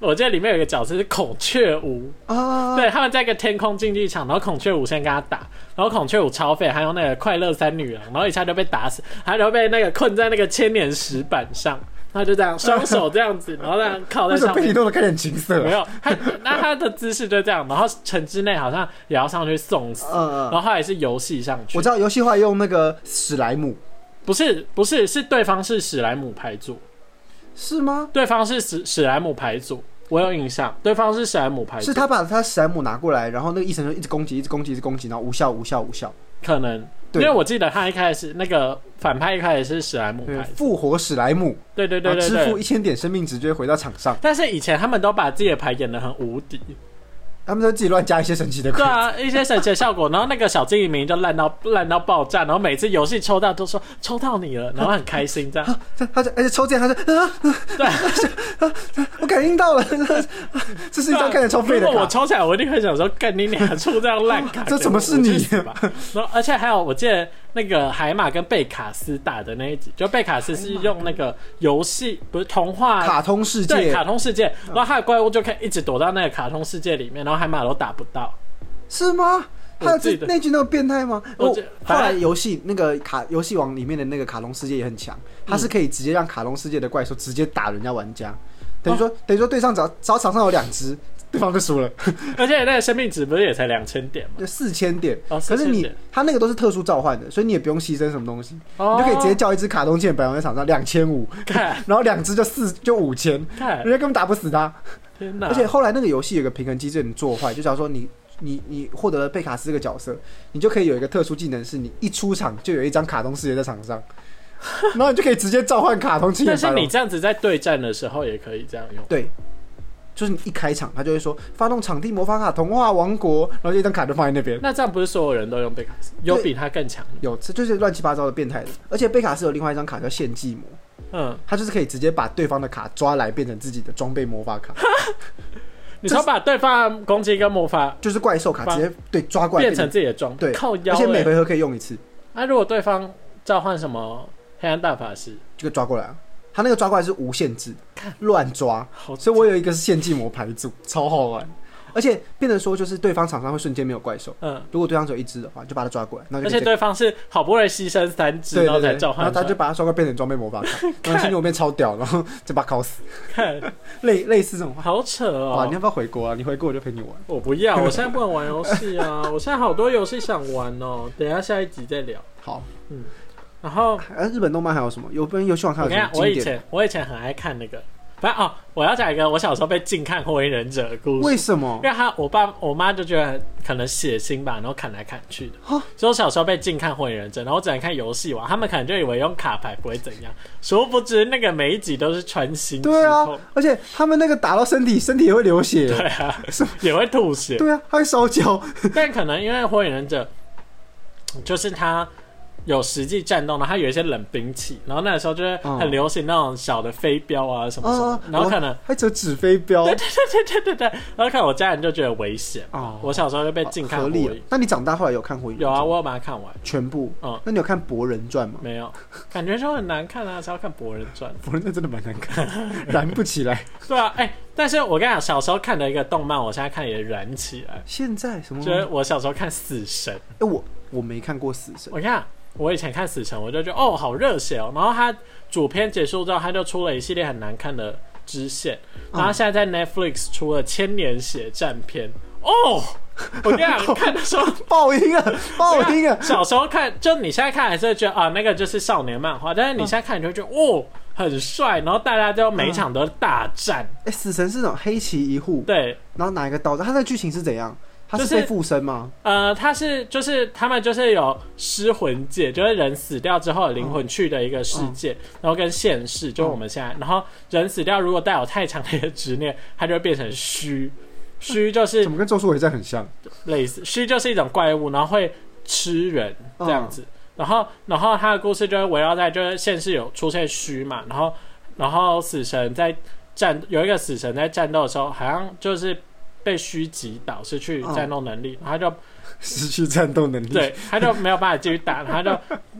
[SPEAKER 2] 我记得里面有一个角色是孔雀舞，
[SPEAKER 1] 啊，
[SPEAKER 2] 对，他们在一个天空竞技场，然后孔雀舞先跟他打，然后孔雀舞超废，还有那个快乐三女郎，然后一下就被打死，还有被那个困在那个千年石板上，他就这样双手这样 子，然后这样靠在
[SPEAKER 1] 为什么
[SPEAKER 2] 上
[SPEAKER 1] 被
[SPEAKER 2] 面
[SPEAKER 1] 你。弄得看起来很情色
[SPEAKER 2] 没
[SPEAKER 1] 啊？
[SPEAKER 2] 有，他那他的姿势就这样，然后城之内好像也要上去送死，
[SPEAKER 1] 嗯
[SPEAKER 2] 然后后来是游戏上去
[SPEAKER 1] 我，知道游戏化用那个史莱姆
[SPEAKER 2] 不是不是是对方是史莱姆牌组，
[SPEAKER 1] 是吗？
[SPEAKER 2] 对方是史史莱姆牌组，我有印象，对方是史莱姆牌组，
[SPEAKER 1] 是他把他史莱姆拿过来，然后那个医生就一直攻击，一直攻击，一直攻击，然后无效，无效，无效。
[SPEAKER 2] 可能，因
[SPEAKER 1] 对
[SPEAKER 2] 为我记得他一开始那个反派一开始是史莱姆
[SPEAKER 1] 对，
[SPEAKER 2] 牌组，
[SPEAKER 1] 复活史莱姆，
[SPEAKER 2] 对对
[SPEAKER 1] 然
[SPEAKER 2] 对
[SPEAKER 1] 后哦
[SPEAKER 2] 对
[SPEAKER 1] 支付
[SPEAKER 2] 对。
[SPEAKER 1] 一千点生命值就会回到场上。
[SPEAKER 2] 但是以前他们都把自己的牌演得很无 敌，
[SPEAKER 1] 他们都自己乱加一些神奇的
[SPEAKER 2] 对
[SPEAKER 1] 鬼，
[SPEAKER 2] 啊，一些神奇的效果，然后那个小精灵明明就烂到烂到爆炸，然后每次游戏抽到都说抽到你了，然后很开心这样，
[SPEAKER 1] 他他就而且抽这样，他就啊，啊
[SPEAKER 2] 对啊，
[SPEAKER 1] 我感应到了，啊这是一张看起来超废的
[SPEAKER 2] 如果我
[SPEAKER 1] 卡。
[SPEAKER 2] 抽起来，我一定会想说，干你俩出这样烂卡
[SPEAKER 1] ，这怎么是你
[SPEAKER 2] 我去死吧然后，而且还有，我记得那个海马跟贝卡斯打的那一集，就贝卡斯是用那个游戏，不是童话。
[SPEAKER 1] 卡通世
[SPEAKER 2] 对
[SPEAKER 1] 界嗯
[SPEAKER 2] 卡通世界，然后他的怪物就可以一直躲到那个卡通世界里面，然后海马都打不 到。
[SPEAKER 1] 是吗？
[SPEAKER 2] 我
[SPEAKER 1] 还有
[SPEAKER 2] 记
[SPEAKER 1] 这
[SPEAKER 2] 得
[SPEAKER 1] 那句那么变态吗？
[SPEAKER 2] 我
[SPEAKER 1] 我
[SPEAKER 2] 记
[SPEAKER 1] 后
[SPEAKER 2] 反
[SPEAKER 1] 来
[SPEAKER 2] 正
[SPEAKER 1] 游戏那个卡游戏王里面的那个卡龙世界也很强，它是可以直接让卡龙世界的怪兽直接打人家玩家，
[SPEAKER 2] 哦
[SPEAKER 1] 等于说等于说对上只要只要场上有两只，对方就输 了，
[SPEAKER 2] 而且那个生命值不是也才两千点吗？
[SPEAKER 1] 就四千点。
[SPEAKER 2] 哦，
[SPEAKER 1] 可是
[SPEAKER 2] 4000
[SPEAKER 1] 你
[SPEAKER 2] 点
[SPEAKER 1] 他那个都是特殊召唤的，所以你也不用牺牲什么东西，
[SPEAKER 2] 哦
[SPEAKER 1] 你就可以直接叫一只卡通剑摆在场上两千五，
[SPEAKER 2] 看
[SPEAKER 1] 然后两只就四就五千，人
[SPEAKER 2] 看，
[SPEAKER 1] 家根本打不死他。
[SPEAKER 2] 天哪！
[SPEAKER 1] 而且后来那个游戏有个平衡机制，你做坏，就假如说你你你获得了贝卡斯这个角色，你就可以有一个特殊技能，是你一出场就有一张卡通世界在场 上，然后你就可以直接召唤卡通去
[SPEAKER 2] 但
[SPEAKER 1] 演
[SPEAKER 2] 是
[SPEAKER 1] 白
[SPEAKER 2] 你
[SPEAKER 1] 龙。
[SPEAKER 2] 这样子在对战的时候也可以这样用。
[SPEAKER 1] 对，就是你一开场，他就会说发动场地魔法卡童话王国，然后就一张卡就放在那边。
[SPEAKER 2] 那这样不是所有人都用贝卡斯？有比他更强？
[SPEAKER 1] 有，这就是乱七八糟的变态的。而且贝卡斯有另外一张卡叫献祭魔，
[SPEAKER 2] 嗯，
[SPEAKER 1] 他就是可以直接把对方的卡抓来变成自己的装备魔法卡，
[SPEAKER 2] 你说把对方的攻击跟魔法
[SPEAKER 1] 就是怪兽卡
[SPEAKER 2] 把
[SPEAKER 1] 直接对抓怪
[SPEAKER 2] 变成自己的装，
[SPEAKER 1] 对
[SPEAKER 2] 靠
[SPEAKER 1] 而
[SPEAKER 2] 腰、
[SPEAKER 1] 且每
[SPEAKER 2] 欸。
[SPEAKER 1] 回合可以用一次，
[SPEAKER 2] 那、如果对方召唤什么黑暗大法师，
[SPEAKER 1] 就抓过来啊。他那个抓过来是无限制，乱抓，
[SPEAKER 2] 好，
[SPEAKER 1] 所以我有一个是献祭魔牌组，超好玩。而且变得说，就是对方场上会瞬间没有怪兽，
[SPEAKER 2] 嗯，
[SPEAKER 1] 如果对方只有一只的话，就把它抓过来，然后
[SPEAKER 2] 而
[SPEAKER 1] 就
[SPEAKER 2] 且
[SPEAKER 1] 可以
[SPEAKER 2] 对方是好不容易牺牲三只，
[SPEAKER 1] 对
[SPEAKER 2] 然后
[SPEAKER 1] 对
[SPEAKER 2] 才
[SPEAKER 1] 对，
[SPEAKER 2] 召
[SPEAKER 1] 然后
[SPEAKER 2] 唤出
[SPEAKER 1] 他
[SPEAKER 2] 来，
[SPEAKER 1] 就把它抓过来变成装备魔法 卡，然后心里我变超屌，然后就把它烤死，
[SPEAKER 2] 看，
[SPEAKER 1] 类类似这种话。
[SPEAKER 2] 好扯
[SPEAKER 1] 哇，
[SPEAKER 2] 哦
[SPEAKER 1] 你！要不要回国啊？你回国我就陪你玩。
[SPEAKER 2] 我不 要，我现在不能玩游戏啊！我现在好多游戏想玩哦，等一下下一集再聊。
[SPEAKER 1] 好，
[SPEAKER 2] 然后
[SPEAKER 1] 呃，日本动漫还有什么？有本游戏网看
[SPEAKER 2] 我
[SPEAKER 1] 有
[SPEAKER 2] 跟
[SPEAKER 1] 什么
[SPEAKER 2] 你讲，我
[SPEAKER 1] 经
[SPEAKER 2] 以
[SPEAKER 1] 典？
[SPEAKER 2] 前我以前很爱看那个，反正哦，我要讲一个我小时候被禁看《火影忍者》的故事，
[SPEAKER 1] 为什么
[SPEAKER 2] 因？为他我爸我妈就觉得可能血腥吧，然后砍来砍去的
[SPEAKER 1] 哈，
[SPEAKER 2] 所以我小时候被禁看《火影忍者》，然后我只能看游戏王，他们可能就以为用卡牌不会怎样，殊不知那个每一集都是穿心之
[SPEAKER 1] 对啊
[SPEAKER 2] 痛，，
[SPEAKER 1] 而且他们那个打到身体，身体也会流血。
[SPEAKER 2] 对啊，也会吐血，
[SPEAKER 1] 对啊，还会烧焦。
[SPEAKER 2] 但可能因为火影忍者，就是他有实际战斗，然后他有一些冷兵器，然后那时候就是很流行那种小的飞镖啊什么什么
[SPEAKER 1] 啊
[SPEAKER 2] 的，，然后可能
[SPEAKER 1] 我还折纸飞镖。
[SPEAKER 2] 对对对对对对，然后可能我家人就觉得危险。
[SPEAKER 1] 哦
[SPEAKER 2] 我小时候就被禁看
[SPEAKER 1] 合
[SPEAKER 2] 火
[SPEAKER 1] 理
[SPEAKER 2] 影，
[SPEAKER 1] 了。那你长大后来有看火影？
[SPEAKER 2] 有啊，，我有把它看完，
[SPEAKER 1] 全部。
[SPEAKER 2] 嗯
[SPEAKER 1] 那你有看《博人传》吗？
[SPEAKER 2] 没有，感觉就很难看啊，是要看《博人传》。
[SPEAKER 1] 《博人传》真的蛮难 看，燃不起来。
[SPEAKER 2] 对啊，哎、但是我跟你讲，小时候看的一个动漫，我现在看也燃起来，
[SPEAKER 1] 现在什么？
[SPEAKER 2] 就是
[SPEAKER 1] 哎，
[SPEAKER 2] 我小时候看《死神》。
[SPEAKER 1] 我我没看过《死神》
[SPEAKER 2] 我看我以前看《死神》，我就觉得哦，好热血哦。然后他主片结束之后，他就出了一系列很难看的支线，然后现在在 Netflix 出了《千年血战篇》哦。我跟你讲，看的时候，
[SPEAKER 1] 爆音啊，爆音啊！
[SPEAKER 2] 小时候看，就你现在看还是会觉得啊，那个就是少年漫画，但是你现在看，你就会觉得哦，很帅，然后大家都每一场都大战，
[SPEAKER 1] 哎，死神是那种黑旗一护，
[SPEAKER 2] 对，
[SPEAKER 1] 然后拿一个刀子。他的剧情是怎样？他
[SPEAKER 2] 就是是
[SPEAKER 1] 被附身吗？
[SPEAKER 2] 呃，他是就是他们就是有失魂界，就是人死掉之后灵魂去的一个世界，
[SPEAKER 1] 嗯
[SPEAKER 2] 然后跟现世，就是我们现在，然后人死掉如果带有太强烈的执念，它就会变成虚，虚就
[SPEAKER 1] 嗯
[SPEAKER 2] 是
[SPEAKER 1] 怎么跟《咒术回战》很像？
[SPEAKER 2] 类似虚就是一种怪物，然后会吃人这样
[SPEAKER 1] 啊
[SPEAKER 2] 子，
[SPEAKER 1] 嗯
[SPEAKER 2] 然后然后他的故事就会围绕在就是现世有出现虚嘛，然后然后死神在战有一个死神在战斗的时候，好像就是被虚击倒，失去
[SPEAKER 1] 嗯
[SPEAKER 2] 战斗能力，然后他就
[SPEAKER 1] 失去战斗能力。
[SPEAKER 2] 对，他就没有办法继续打，他就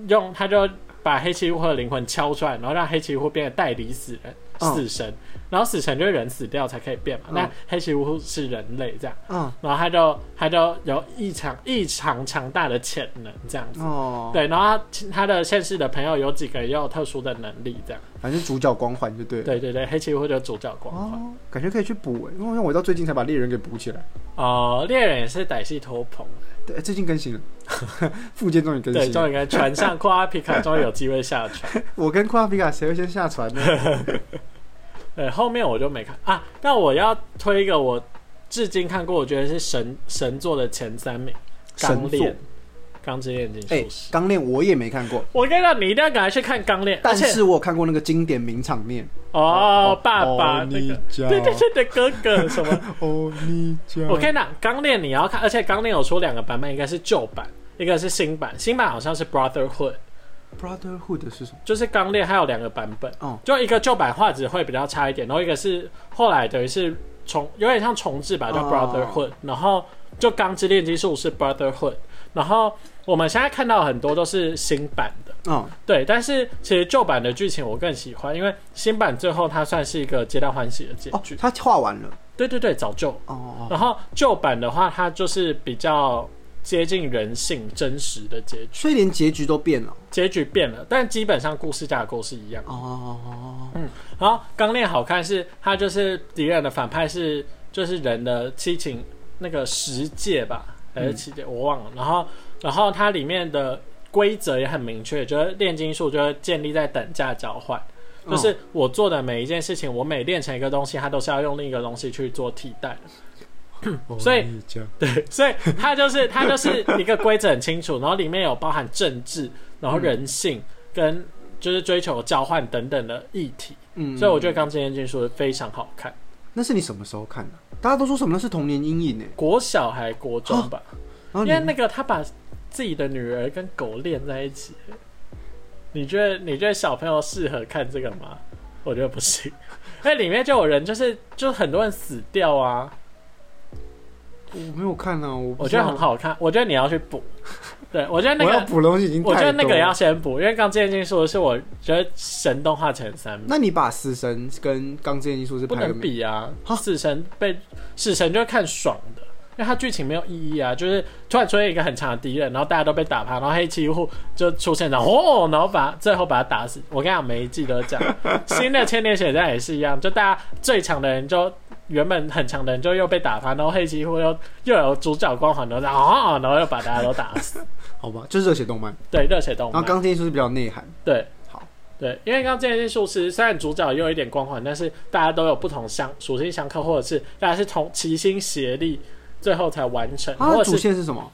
[SPEAKER 2] 用他就把黑崎户的灵魂敲出来，然后让黑崎户变得代理死人
[SPEAKER 1] 嗯
[SPEAKER 2] 死神，然后死神就是人死掉才可以变嘛，
[SPEAKER 1] 嗯
[SPEAKER 2] 那黑崎户是人类这样，
[SPEAKER 1] 啊，
[SPEAKER 2] 然后他就他就有异常异常强大的潜能这样子。
[SPEAKER 1] 哦，，
[SPEAKER 2] 对，然后他他的现实的朋友有几个也有特殊的能力，这样。
[SPEAKER 1] 反正主角光环就对了。
[SPEAKER 2] 对对对，黑崎户就是主角光环。
[SPEAKER 1] 哦，感觉可以去补欸，因为我到最近才把猎人给补起来。
[SPEAKER 2] 哦，猎人也是歹戏托捧，
[SPEAKER 1] 对，哎最近更 新了，附件终于更
[SPEAKER 2] 对，
[SPEAKER 1] 新了。
[SPEAKER 2] 终于跟 船上库阿皮卡终于有机会下船。
[SPEAKER 1] 我跟库拉皮卡谁会先下 船呢？哎
[SPEAKER 2] 对，后面我就没看啊。但我要推一个我至今看过，我觉得是神神作的前三名，《
[SPEAKER 1] 神
[SPEAKER 2] 钢
[SPEAKER 1] 作
[SPEAKER 2] 炼》《钢之炼金
[SPEAKER 1] 哎
[SPEAKER 2] 术，师》
[SPEAKER 1] 钢炼我也没看过，
[SPEAKER 2] 我跟你讲，你一定要赶快去看《钢炼》，而
[SPEAKER 1] 但
[SPEAKER 2] 且
[SPEAKER 1] 是我有看过那个经典名场面。
[SPEAKER 2] 哦，爸爸那个，对对，对对，哥哥 什么？
[SPEAKER 1] 哦你家，
[SPEAKER 2] 我跟你讲，《钢炼》你要看，而且《钢炼》有出两个版本，一个是旧版，一个是新版。新版好像是 Brotherhood，
[SPEAKER 1] Brotherhood 是什么？
[SPEAKER 2] 就是《钢炼》还有两个版本，
[SPEAKER 1] 哦
[SPEAKER 2] 就一个旧版画质会比较差一点，然后一个是后来等于是重有点像重置吧，叫
[SPEAKER 1] 哦
[SPEAKER 2] Brotherhood，、然后就《钢之炼金术士》Brotherhood，然后我们现在看到很多都是新版的，
[SPEAKER 1] 哦，
[SPEAKER 2] 对，但是其实旧版的剧情我更喜欢，因为新版最后它算是一个皆大欢喜的结
[SPEAKER 1] 哦
[SPEAKER 2] 局，，
[SPEAKER 1] 他画完了。
[SPEAKER 2] 对对对，早就。
[SPEAKER 1] 哦哦，
[SPEAKER 2] 然后旧版的话，它就是比较接近人性真实的结局，
[SPEAKER 1] 所以连结局都变了。
[SPEAKER 2] 结局变了，但基本上故事架构是一样的。
[SPEAKER 1] 哦，
[SPEAKER 2] 然后《钢炼》好看是它就是敌人的反派是就是人的七情那个十戒吧，还是七戒、我忘了。然后然后它里面的规则也很明确，就是炼金术就是建立在等价交换，
[SPEAKER 1] 嗯哦
[SPEAKER 2] 就是我做的每一件事情，我每炼成一个东西，它都是要用另一个东西去做替代的。
[SPEAKER 1] 哦
[SPEAKER 2] 所以
[SPEAKER 1] 你这样
[SPEAKER 2] 对，所以它就是它就是一个规则很清楚，然后里面有包含政治，然后人性跟就是追求交换等等的议题，
[SPEAKER 1] 嗯
[SPEAKER 2] 所以我觉得《钢之炼金术》非常好看。
[SPEAKER 1] 那是你什么时候看的？大家都说什么那是童年阴影呢？欸
[SPEAKER 2] 国小还国中吧，
[SPEAKER 1] 然后
[SPEAKER 2] 因为
[SPEAKER 1] 哦你
[SPEAKER 2] 那个他把自己的女儿跟狗链在一起，你觉得你觉得小朋友适合看这个吗？我觉得不行， 因为里面就有人就是就是很多人死掉啊，
[SPEAKER 1] 我哦没有看呢，我不
[SPEAKER 2] 我
[SPEAKER 1] 知
[SPEAKER 2] 觉
[SPEAKER 1] 道
[SPEAKER 2] 得很，好看，我觉得你要去补，对我觉得那
[SPEAKER 1] 我要
[SPEAKER 2] 个
[SPEAKER 1] 补的东西已经太
[SPEAKER 2] 我觉得那
[SPEAKER 1] 多
[SPEAKER 2] 个
[SPEAKER 1] 了
[SPEAKER 2] 要先补，因为刚之前已经说的是我觉得神动画前三名
[SPEAKER 1] 那你把死神跟钢之炼金术是
[SPEAKER 2] 不
[SPEAKER 1] 排个
[SPEAKER 2] 能
[SPEAKER 1] 名？
[SPEAKER 2] 比啊
[SPEAKER 1] 哈，
[SPEAKER 2] 死神被死神就是看爽的，因为它剧情没有意义啊，就是突然出现一个很强的敌人，然后大家都被打趴，然后黑崎一护就出现然后哦，然后把最后把他打死。我跟你讲，每一季都是这 样，新的千年血战也是一样，就大家最强的人就。原本很强的人就又被打趴，然后黑崎一护又又有主角光环，然后哦，然后又把大家都打死。
[SPEAKER 1] 好吧，就是热血动漫。
[SPEAKER 2] 对，热血动
[SPEAKER 1] 然
[SPEAKER 2] 漫
[SPEAKER 1] 后。钢之炼金术是比较内涵，
[SPEAKER 2] 对，
[SPEAKER 1] 好，
[SPEAKER 2] 对，因为刚刚这些术师虽然主角也有一点光环，但是大家都有不同相属性相克，或者是大家是同齐心协力，最后才完成，
[SPEAKER 1] 它
[SPEAKER 2] 或
[SPEAKER 1] 的啊主
[SPEAKER 2] 者是
[SPEAKER 1] 线是什么？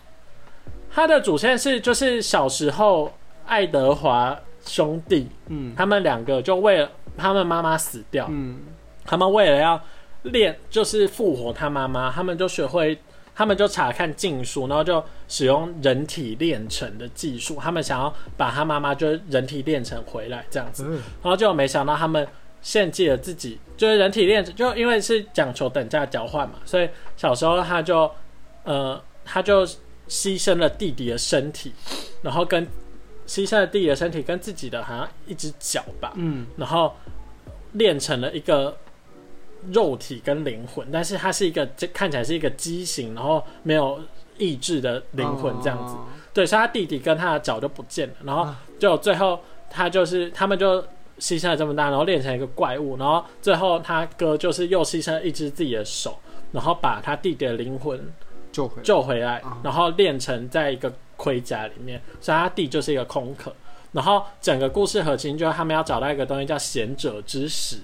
[SPEAKER 2] 他的主线是就是小时候爱德华兄弟
[SPEAKER 1] 嗯
[SPEAKER 2] 他们两个就为了他们妈妈死掉，
[SPEAKER 1] 嗯，
[SPEAKER 2] 他们为了要练，就是复活他妈妈，他们就学会，他们就查看禁术，然后就使用人体炼成的技术，他们想要把他妈妈就是人体炼成回来这样子，
[SPEAKER 1] 嗯
[SPEAKER 2] 然后就没想到他们献祭了自己，就是人体炼成，就因为是讲求等价交换嘛，所以小时候他就呃他就牺牲了弟弟的身体，然后跟牺牲了弟弟的身体跟自己的好像一只脚吧，
[SPEAKER 1] 嗯，
[SPEAKER 2] 然后练成了一个肉体跟灵魂，但是它是一个这看起来是一个畸形，然后没有意志的灵魂这样子。
[SPEAKER 1] 哦
[SPEAKER 2] 对，所以他弟弟跟他的脚就不见了，然后
[SPEAKER 1] 啊
[SPEAKER 2] 就最后他就是他们就牺牲了这么大，然后练成一个怪物，然后最后他哥就是又牺牲了一只自己的手，然后把他弟弟的灵魂
[SPEAKER 1] 救回来。
[SPEAKER 2] 救回来
[SPEAKER 1] 啊，
[SPEAKER 2] 然后炼成在一个盔甲里面，所以他弟就是一个空壳。然后整个故事核心就是他们要找到一个东西叫贤者之石，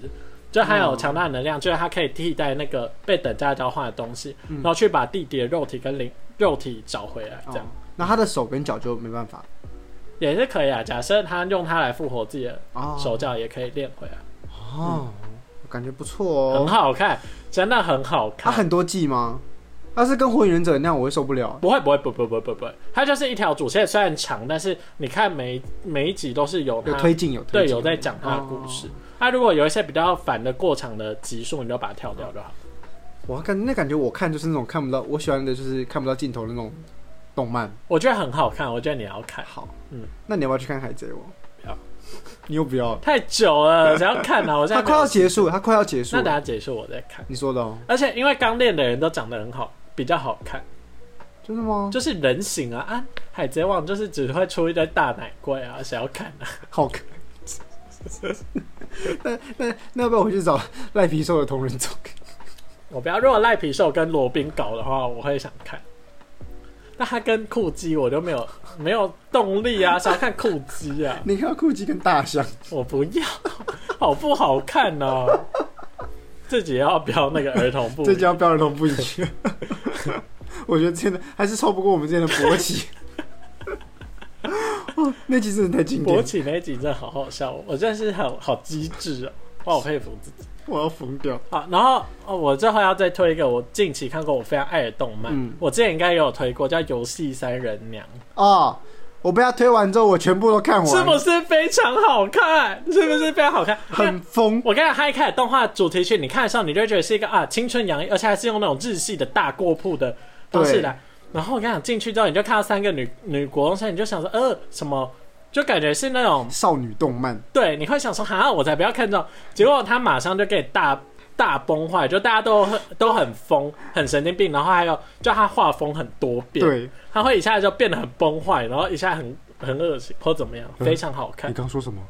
[SPEAKER 2] 就它有
[SPEAKER 1] 哦
[SPEAKER 2] 强大的能量，就是它可以替代那个被等价交换的东西，
[SPEAKER 1] 嗯
[SPEAKER 2] 然后去把弟弟的肉体跟灵肉体找回来，这样、
[SPEAKER 1] 哦，那他的手跟脚就没办法。
[SPEAKER 2] 也是可以啊。假设他用它来复活自己的
[SPEAKER 1] 哦，
[SPEAKER 2] 手脚，也可以练回来，
[SPEAKER 1] 哦，感觉不错
[SPEAKER 2] 很
[SPEAKER 1] 哦。
[SPEAKER 2] 好看，真的很好
[SPEAKER 1] 它
[SPEAKER 2] 看。
[SPEAKER 1] 很多季吗？要是跟火影忍者那样，我会受不了。
[SPEAKER 2] 不会不会不不不不不，它就是一条主线，虽然长，但是你看每一每一集都是有它
[SPEAKER 1] 有推进，有推
[SPEAKER 2] 对，
[SPEAKER 1] 进
[SPEAKER 2] 有在讲他的故事
[SPEAKER 1] 哦。
[SPEAKER 2] 他、如果有一些比较烦的过场的集数，你就把它跳掉就好。
[SPEAKER 1] 我感那感觉我看就是那种看不到，我喜欢的就是看不到尽头的那种动漫。
[SPEAKER 2] 我觉得很好看，我觉得你要看，
[SPEAKER 1] 好，
[SPEAKER 2] 嗯，
[SPEAKER 1] 那你要不要去看《海贼王》？
[SPEAKER 2] 不要，
[SPEAKER 1] 你又不要。
[SPEAKER 2] 太久了，谁要看啊？我现
[SPEAKER 1] 它
[SPEAKER 2] 在
[SPEAKER 1] 快要结束了，它快要结束
[SPEAKER 2] 那
[SPEAKER 1] 了。
[SPEAKER 2] 等下结束我再看。
[SPEAKER 1] 你说的哦，
[SPEAKER 2] 而且因为刚练的人都长得很好，比较好看，
[SPEAKER 1] 真的吗？
[SPEAKER 2] 就是人形啊啊！海贼王就是只会出一堆大奶怪啊，谁要看啊？
[SPEAKER 1] 好看。 那那那要不要回去找赖皮兽的同人组？
[SPEAKER 2] 我不要，如果赖皮兽跟罗宾搞的话，我会想看。那他跟酷鸡，我就没有没有动力啊，想要看酷鸡啊。
[SPEAKER 1] 你看到酷鸡跟大象，
[SPEAKER 2] 我不要，好不好看呢、自己要标那个儿童 部，
[SPEAKER 1] 这家标准都不一 样。我觉得真的还是超不过我们之前的勃 起。哦，那集真的太经典
[SPEAKER 2] 勃
[SPEAKER 1] 了，
[SPEAKER 2] 起那一集真的好好笑，我真的是好好机智哦，我好佩服自己。
[SPEAKER 1] 我要疯掉。
[SPEAKER 2] 好，然后哦，我最后要再推一个我近期看过我非常爱的动漫，
[SPEAKER 1] 嗯
[SPEAKER 2] 我之前应该也有推过，叫《游戏三人娘
[SPEAKER 1] 哦，我被他推完之后，我全部都看》，
[SPEAKER 2] 是不
[SPEAKER 1] 完，
[SPEAKER 2] 是非常好看？是不是非常好看？
[SPEAKER 1] 很疯。
[SPEAKER 2] 我刚才他一开始动画主题曲，你看的时候，你就会觉得是一个啊青春洋溢，而且还是用那种日系的大过铺的方式来。然后我跟你讲，进去之后你就看到三个女女国中生，你就想说，呃，什么？就感觉是那种
[SPEAKER 1] 少女动漫，
[SPEAKER 2] 对，你会想说，哈，我才不要看这种。结果他马上就给你大大崩坏，就大家都很都很疯，很神经病，然后还有就他画风很多变，，
[SPEAKER 1] 对
[SPEAKER 2] 他会一下就变得很崩坏，然后一下很很恶心或怎么样，
[SPEAKER 1] 嗯
[SPEAKER 2] 非常好看
[SPEAKER 1] 你。刚说什么？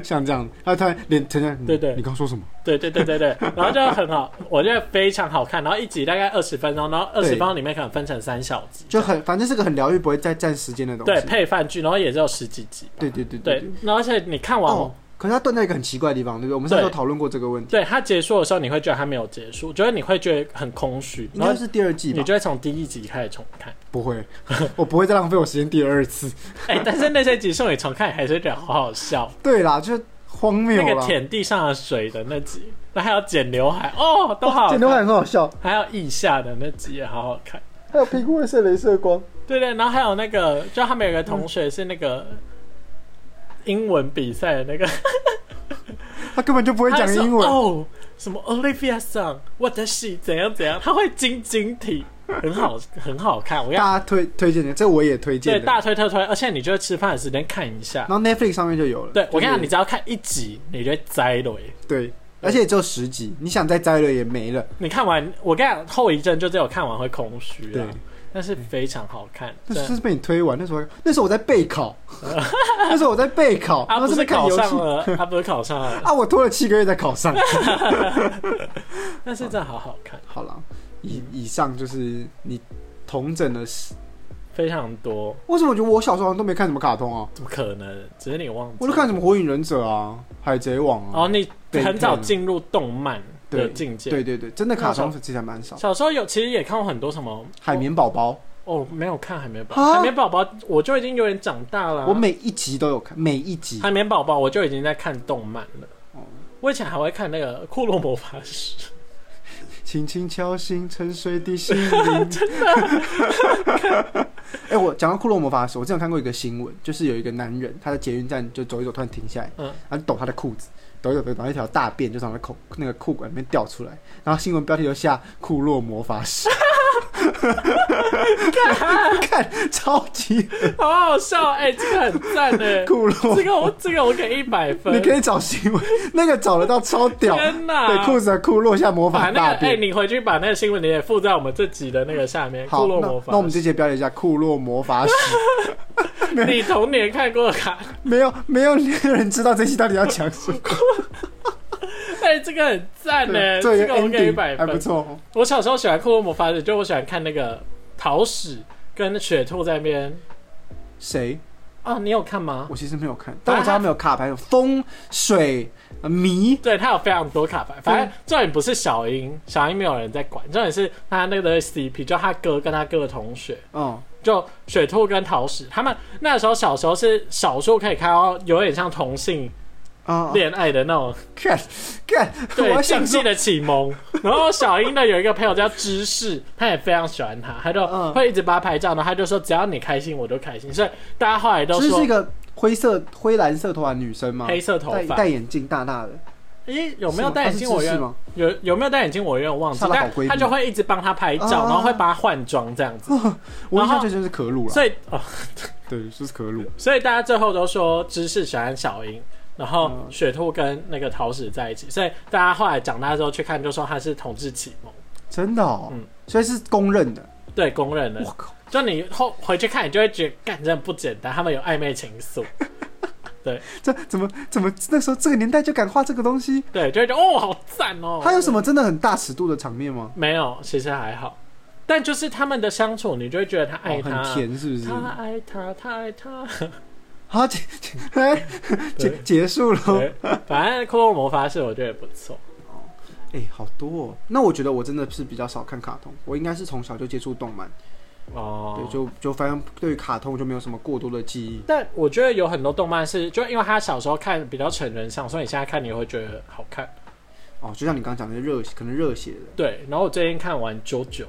[SPEAKER 1] 像这样，他突然脸沉下来，嗯
[SPEAKER 2] 对对
[SPEAKER 1] 你刚说什么？
[SPEAKER 2] 对对对对对，然后就很好，我觉得非常好看。然后一集大概二十分钟，然后二十分钟里面可能分成三小集，
[SPEAKER 1] 就很，反正是个很疗愈，不会再占时间的东
[SPEAKER 2] 对
[SPEAKER 1] 西。
[SPEAKER 2] 配饭剧，然后也只有十几集吧。
[SPEAKER 1] 对对对对
[SPEAKER 2] 对，然后而且你看完
[SPEAKER 1] 哦
[SPEAKER 2] 我，
[SPEAKER 1] 可是它断在一个很奇怪的地方，对不对？我们上次有
[SPEAKER 2] 对
[SPEAKER 1] 讨论过这个问题，
[SPEAKER 2] 对它结束的时候，你会觉得它没有结束，就是你会觉得很空虚，
[SPEAKER 1] 应
[SPEAKER 2] 然
[SPEAKER 1] 该
[SPEAKER 2] 后
[SPEAKER 1] 是第二季
[SPEAKER 2] 你
[SPEAKER 1] 吧？
[SPEAKER 2] 就会从第一集开始重看。
[SPEAKER 1] 不会， 我不会再浪费我时间第二次。
[SPEAKER 2] 哎、但是那些集数你重看，还是觉得好好笑。
[SPEAKER 1] 对啦，就是荒谬
[SPEAKER 2] 那个
[SPEAKER 1] 啦。
[SPEAKER 2] 舔地上的水的那集，那还有剪刘海哦，都好好
[SPEAKER 1] 剪
[SPEAKER 2] 看
[SPEAKER 1] 头发很好笑，
[SPEAKER 2] 还有腋下的那集也好好看。
[SPEAKER 1] 还有评估的射镭射光，
[SPEAKER 2] 对对，然后还有那个，就他们有个同学是那个英文比赛的那个，
[SPEAKER 1] 他根本就不会
[SPEAKER 2] 他
[SPEAKER 1] 讲
[SPEAKER 2] 说
[SPEAKER 1] 英文。
[SPEAKER 2] 哦，什么 Olivia Song，我的戏怎样怎样，他会晶晶体，很好很好看。我要
[SPEAKER 1] 大家推推荐的，这我也推
[SPEAKER 2] 对
[SPEAKER 1] 荐的。
[SPEAKER 2] 大推特推，而且你就吃饭的时间看一下
[SPEAKER 1] 然。后 Netflix 上面就有了。
[SPEAKER 2] 对我跟你讲，
[SPEAKER 1] 就
[SPEAKER 2] 你
[SPEAKER 1] 是
[SPEAKER 2] 只要看一集，你就会栽了耶。
[SPEAKER 1] 对，而且也只有十集，你想再摘了也没了。
[SPEAKER 2] 你看完，我跟你讲，后遗症就只有看完会空虚
[SPEAKER 1] 对
[SPEAKER 2] 啦，但是非常好看。
[SPEAKER 1] 那
[SPEAKER 2] 真的
[SPEAKER 1] 是被你推完，那时候那时候我在备 考，那时候我在备考，然
[SPEAKER 2] 啊，
[SPEAKER 1] 后
[SPEAKER 2] 不
[SPEAKER 1] 这边
[SPEAKER 2] 是
[SPEAKER 1] 看
[SPEAKER 2] 考
[SPEAKER 1] 游
[SPEAKER 2] 上
[SPEAKER 1] 戏
[SPEAKER 2] 了，啊，不是考上了，
[SPEAKER 1] 啊，我拖了七个月才考上。
[SPEAKER 2] 但是真的好好看，
[SPEAKER 1] 好了，以以上就是你同整的事。
[SPEAKER 2] 非常多。
[SPEAKER 1] 为什么我觉得我小时候好像都没看什么卡通啊？
[SPEAKER 2] 怎么可能？只是你忘记。
[SPEAKER 1] 我都看什么《火影忍者》啊，《海贼王》啊。
[SPEAKER 2] 哦，你很早进入动漫的
[SPEAKER 1] 对
[SPEAKER 2] 境界。
[SPEAKER 1] 对对对，真的卡
[SPEAKER 2] 那
[SPEAKER 1] 通其实还蛮少。
[SPEAKER 2] 小时候有，其实也看过很多什么
[SPEAKER 1] 海绵宝宝，
[SPEAKER 2] 哦，没有看海绵宝
[SPEAKER 1] 啊
[SPEAKER 2] 海绵宝宝，我就已经有点长大了啊。
[SPEAKER 1] 我每一集都有看，每一集。
[SPEAKER 2] 海绵宝宝我就已经在看动漫了
[SPEAKER 1] 哦。
[SPEAKER 2] 我以前还会看那个《库洛魔法师
[SPEAKER 1] 轻轻敲醒沉睡的心 灵。 哎、我讲到库洛魔法的时候，我之前有看过一个新闻，就是有一个男人，他在捷运站就走一走，突然停下来，
[SPEAKER 2] 嗯
[SPEAKER 1] 然后就抖他的裤子，抖一抖，抖一抖，然后一条大便就从他的口那个裤管里面掉出来，然后新闻标题就下“库洛魔法 师”，看超级》，
[SPEAKER 2] 好好笑哎、这个很赞哎、
[SPEAKER 1] 库洛，
[SPEAKER 2] 这个我这个我给一百分。
[SPEAKER 1] 你可以找新闻，那个找得到超屌，
[SPEAKER 2] 天哪！
[SPEAKER 1] 对，裤子的库洛下魔
[SPEAKER 2] 把
[SPEAKER 1] 法
[SPEAKER 2] 那
[SPEAKER 1] 大
[SPEAKER 2] 个哎、
[SPEAKER 1] 便。
[SPEAKER 2] 你回去把那个新闻你也附在我们这集的那个下面。
[SPEAKER 1] 好，
[SPEAKER 2] 库洛
[SPEAKER 1] 那
[SPEAKER 2] 魔法
[SPEAKER 1] 那我们
[SPEAKER 2] 师
[SPEAKER 1] 这节标题一下库洛魔法史。
[SPEAKER 2] 你童年看过的卡
[SPEAKER 1] 没有没有人知道这期到底要讲什 么。
[SPEAKER 2] 哎、这个很赞呢，
[SPEAKER 1] 做一
[SPEAKER 2] 这
[SPEAKER 1] 个
[SPEAKER 2] 个我给一
[SPEAKER 1] ending
[SPEAKER 2] 百
[SPEAKER 1] 还不
[SPEAKER 2] 分。
[SPEAKER 1] 错。哦
[SPEAKER 2] 我小时候喜欢《库洛魔法使》，就我喜欢看那个桃矢跟雪兔在那边。
[SPEAKER 1] 谁？
[SPEAKER 2] 哦，你有看吗？
[SPEAKER 1] 我其实没有看，但我知道他们有卡牌，有风水呃迷。
[SPEAKER 2] 对，他有非常多卡牌。反正重点不是小樱，小樱没有人在管，重点是他那个 CP，就他哥跟他哥的同学，
[SPEAKER 1] 嗯，
[SPEAKER 2] 就雪兔跟桃矢，他们那时候小时候是少数可以看到有点像同性
[SPEAKER 1] 啊，
[SPEAKER 2] 恋爱的那种
[SPEAKER 1] 看看，我
[SPEAKER 2] 对
[SPEAKER 1] 要
[SPEAKER 2] 竞
[SPEAKER 1] 想
[SPEAKER 2] 技
[SPEAKER 1] 说，
[SPEAKER 2] 的 启蒙。然后小英呢有一个朋友叫芝士，他也非常喜欢他，他就
[SPEAKER 1] 嗯
[SPEAKER 2] 会一直帮他拍照，然后他就说只要你开心我都开心，所以大家后来都
[SPEAKER 1] 这
[SPEAKER 2] 说
[SPEAKER 1] 是一个嗯灰色灰蓝色头发的女生吗？
[SPEAKER 2] 黑色头
[SPEAKER 1] 戴
[SPEAKER 2] 发
[SPEAKER 1] 戴。眼镜，大大的，
[SPEAKER 2] 咦，有没
[SPEAKER 1] 是
[SPEAKER 2] 有
[SPEAKER 1] 吗啊
[SPEAKER 2] 戴眼
[SPEAKER 1] 她是
[SPEAKER 2] 镜我
[SPEAKER 1] 芝士
[SPEAKER 2] 有
[SPEAKER 1] 吗？
[SPEAKER 2] 有有没有戴眼镜我有点忘记
[SPEAKER 1] 萨，拉好
[SPEAKER 2] 但
[SPEAKER 1] 规避
[SPEAKER 2] 他就会一直帮他拍照，
[SPEAKER 1] 啊
[SPEAKER 2] 然后会帮他换装这样子，
[SPEAKER 1] 我印
[SPEAKER 2] 然
[SPEAKER 1] 象
[SPEAKER 2] 后
[SPEAKER 1] 最深就是可露了，
[SPEAKER 2] 所以哦，
[SPEAKER 1] 对，就是可露。
[SPEAKER 2] 所以大家最后都说芝士喜欢小樱。然后
[SPEAKER 1] 嗯
[SPEAKER 2] 雪兔跟那个桃矢在一起，所以大家后来长大之后去看，就说他是同志启蒙，
[SPEAKER 1] 真的哦
[SPEAKER 2] 嗯，
[SPEAKER 1] 所以是公认的。
[SPEAKER 2] 对，公认的。
[SPEAKER 1] 我靠，
[SPEAKER 2] 就你后回去看，你就会觉得干真的不简单，他们有暧昧情愫，
[SPEAKER 1] 这怎么怎么那时候这个年代就敢画这个东西？
[SPEAKER 2] 对，就会觉得哦，好赞哦。
[SPEAKER 1] 它有什么真的很大尺度的场面吗？
[SPEAKER 2] 没有？其实还好，但就是他们的相处，你就会觉得他爱
[SPEAKER 1] 哦，
[SPEAKER 2] 他，
[SPEAKER 1] 很甜是不是？
[SPEAKER 2] 他爱他，他爱他。
[SPEAKER 1] 好 结结哎结
[SPEAKER 2] 对
[SPEAKER 1] 结束了。
[SPEAKER 2] 对，反正《骷髅魔法使》我觉得也不错。
[SPEAKER 1] 哎、好多、哦。那我觉得我真的是比较少看卡通，我应该是从小就接触动漫，
[SPEAKER 2] 哦，
[SPEAKER 1] 对，就就反正对于卡通就没有什么过多的记忆。
[SPEAKER 2] 但我觉得有很多动漫是，就因为他小时候看比较成人向，所以你现在看你会觉得好看。
[SPEAKER 1] 哦，就像你刚刚讲的热，可能热血的，
[SPEAKER 2] 对，然后我最近看完《九九》，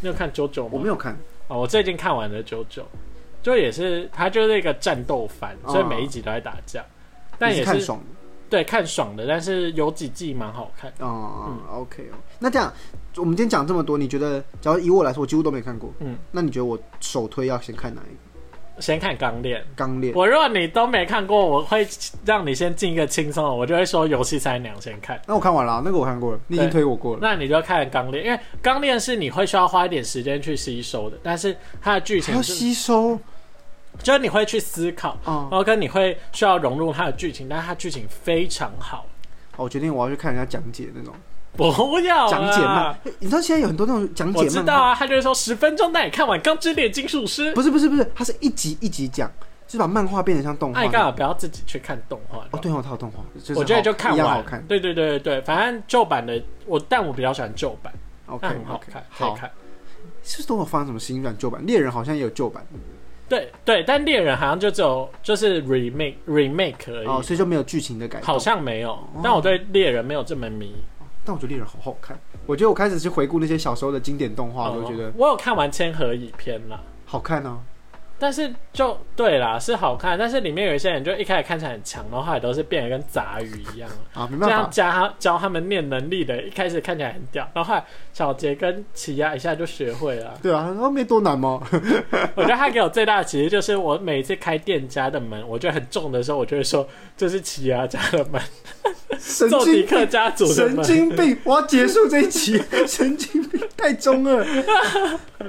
[SPEAKER 2] 你有看《九九》吗？
[SPEAKER 1] 我没有看。
[SPEAKER 2] 哦，我最近看完了《九九》，就也是它就是一个战斗番，
[SPEAKER 1] 哦
[SPEAKER 2] 所以每一集都在打架，但
[SPEAKER 1] 你
[SPEAKER 2] 也
[SPEAKER 1] 看
[SPEAKER 2] 是
[SPEAKER 1] 爽
[SPEAKER 2] 对看爽的，但是有几季蛮好看。
[SPEAKER 1] 的。哦、o
[SPEAKER 2] 嗯
[SPEAKER 1] k 哦。那这样，我们今天讲这么多，你觉得，假如以我来说，我几乎都没看过。
[SPEAKER 2] 嗯，
[SPEAKER 1] 那你觉得我首推要先看哪一个？
[SPEAKER 2] 先看《钢炼》，
[SPEAKER 1] 钢炼。
[SPEAKER 2] 我如果你都没看过，我会让你先进一个轻松的，我就会说《游戏三娘》先看。
[SPEAKER 1] 那我看完了，那个我看过了，你已经
[SPEAKER 2] 对
[SPEAKER 1] 推我过了。
[SPEAKER 2] 那你就看《钢炼》，因为《钢炼》是你会需要花一点时间去吸收的，但是它的剧
[SPEAKER 1] 还
[SPEAKER 2] 情
[SPEAKER 1] 要
[SPEAKER 2] 是，
[SPEAKER 1] 吸收
[SPEAKER 2] 就是你会去思考，
[SPEAKER 1] 啊、
[SPEAKER 2] 然后跟你会需要融入它的剧情，但是它剧情非常好。
[SPEAKER 1] 哦！我决定我要去看人家讲解那种
[SPEAKER 2] 不要啦啊
[SPEAKER 1] 讲解漫，你知道现在有很多那种讲解
[SPEAKER 2] 我啊
[SPEAKER 1] 漫，哦
[SPEAKER 2] 知道啊，他就是说十分钟带你看完《钢之炼金术师》。
[SPEAKER 1] 不是不是不是，它是一集一集讲，就是把漫画变成像动画
[SPEAKER 2] 爱
[SPEAKER 1] 那
[SPEAKER 2] 哎干
[SPEAKER 1] 样。
[SPEAKER 2] 嘛不要自己去看动画？
[SPEAKER 1] 哦，对哦，它有动画，是
[SPEAKER 2] 我觉得
[SPEAKER 1] 好
[SPEAKER 2] 就看
[SPEAKER 1] 一样
[SPEAKER 2] 完。
[SPEAKER 1] 好看。
[SPEAKER 2] 对对对对，反正旧版的我，但我比较喜欢旧版，
[SPEAKER 1] OK，
[SPEAKER 2] 那很嗯好
[SPEAKER 1] OK，
[SPEAKER 2] 看，可以
[SPEAKER 1] 好，
[SPEAKER 2] 看。
[SPEAKER 1] 是不是都有发生什么新版旧版？猎人好像也有旧版
[SPEAKER 2] 对对，但猎人好像就只有就是 remake remake 而已，
[SPEAKER 1] 哦，所以就没有剧情的改动。
[SPEAKER 2] 哎好像没有。但我对猎人没有这么迷。
[SPEAKER 1] 但我觉得猎人好好看。我觉得我开始去回顾那些小时候的经典动画，我就觉得
[SPEAKER 2] 哦我有看完千和乙篇啦，
[SPEAKER 1] 好看哦。
[SPEAKER 2] 但是就对啦，是好看，但是里面有一些人就一开始看起来很强，然后后来都是变得跟杂鱼一样。
[SPEAKER 1] 啊，没
[SPEAKER 2] 这
[SPEAKER 1] 办
[SPEAKER 2] 样
[SPEAKER 1] 法，
[SPEAKER 2] 教他教他们念能力的，一开始看起来很屌，然后后来小杰跟奇亚一下就学会 了。
[SPEAKER 1] 对啊，哦，没多难 吗？
[SPEAKER 2] 我觉得他给我最大的启示就是，我每次开店家的门，我觉得很重的时候，我就会说这是奇亚家的门，
[SPEAKER 1] 神
[SPEAKER 2] 奏迪
[SPEAKER 1] 经
[SPEAKER 2] 克家族的
[SPEAKER 1] 神
[SPEAKER 2] 门。
[SPEAKER 1] 经病！我要结束这一集， 神经病太中 二。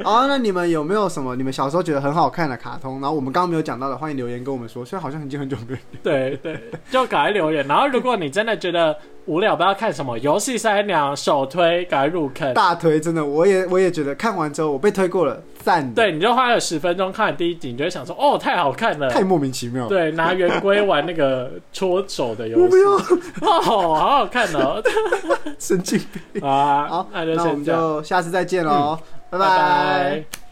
[SPEAKER 1] 好，那你们有没有什么你们小时候觉得很好看的卡通？然后我们刚刚没有讲到的，欢迎留言跟我们说。虽然好像已经很久没有，
[SPEAKER 2] 对对，就赶快留言。然后如果你真的觉得无聊，不知道看什么，游戏三娘首推，赶快入坑。
[SPEAKER 1] 大推真的，我也 我也觉得看完之后我被推过了，赞的，
[SPEAKER 2] 对，你就花了十分钟看完第一集，你就会想说，哦，太好看了。
[SPEAKER 1] 太莫名其妙了。
[SPEAKER 2] 对，拿圆规玩那个搓手的游
[SPEAKER 1] 我不
[SPEAKER 2] 戏，
[SPEAKER 1] 要，
[SPEAKER 2] 哦，好好看 哦。
[SPEAKER 1] 神经病。
[SPEAKER 2] 啊，
[SPEAKER 1] 好，
[SPEAKER 2] 那就
[SPEAKER 1] 那我
[SPEAKER 2] 先
[SPEAKER 1] 们
[SPEAKER 2] 这样，嗯
[SPEAKER 1] 就下次再见喽，拜
[SPEAKER 2] 拜拜。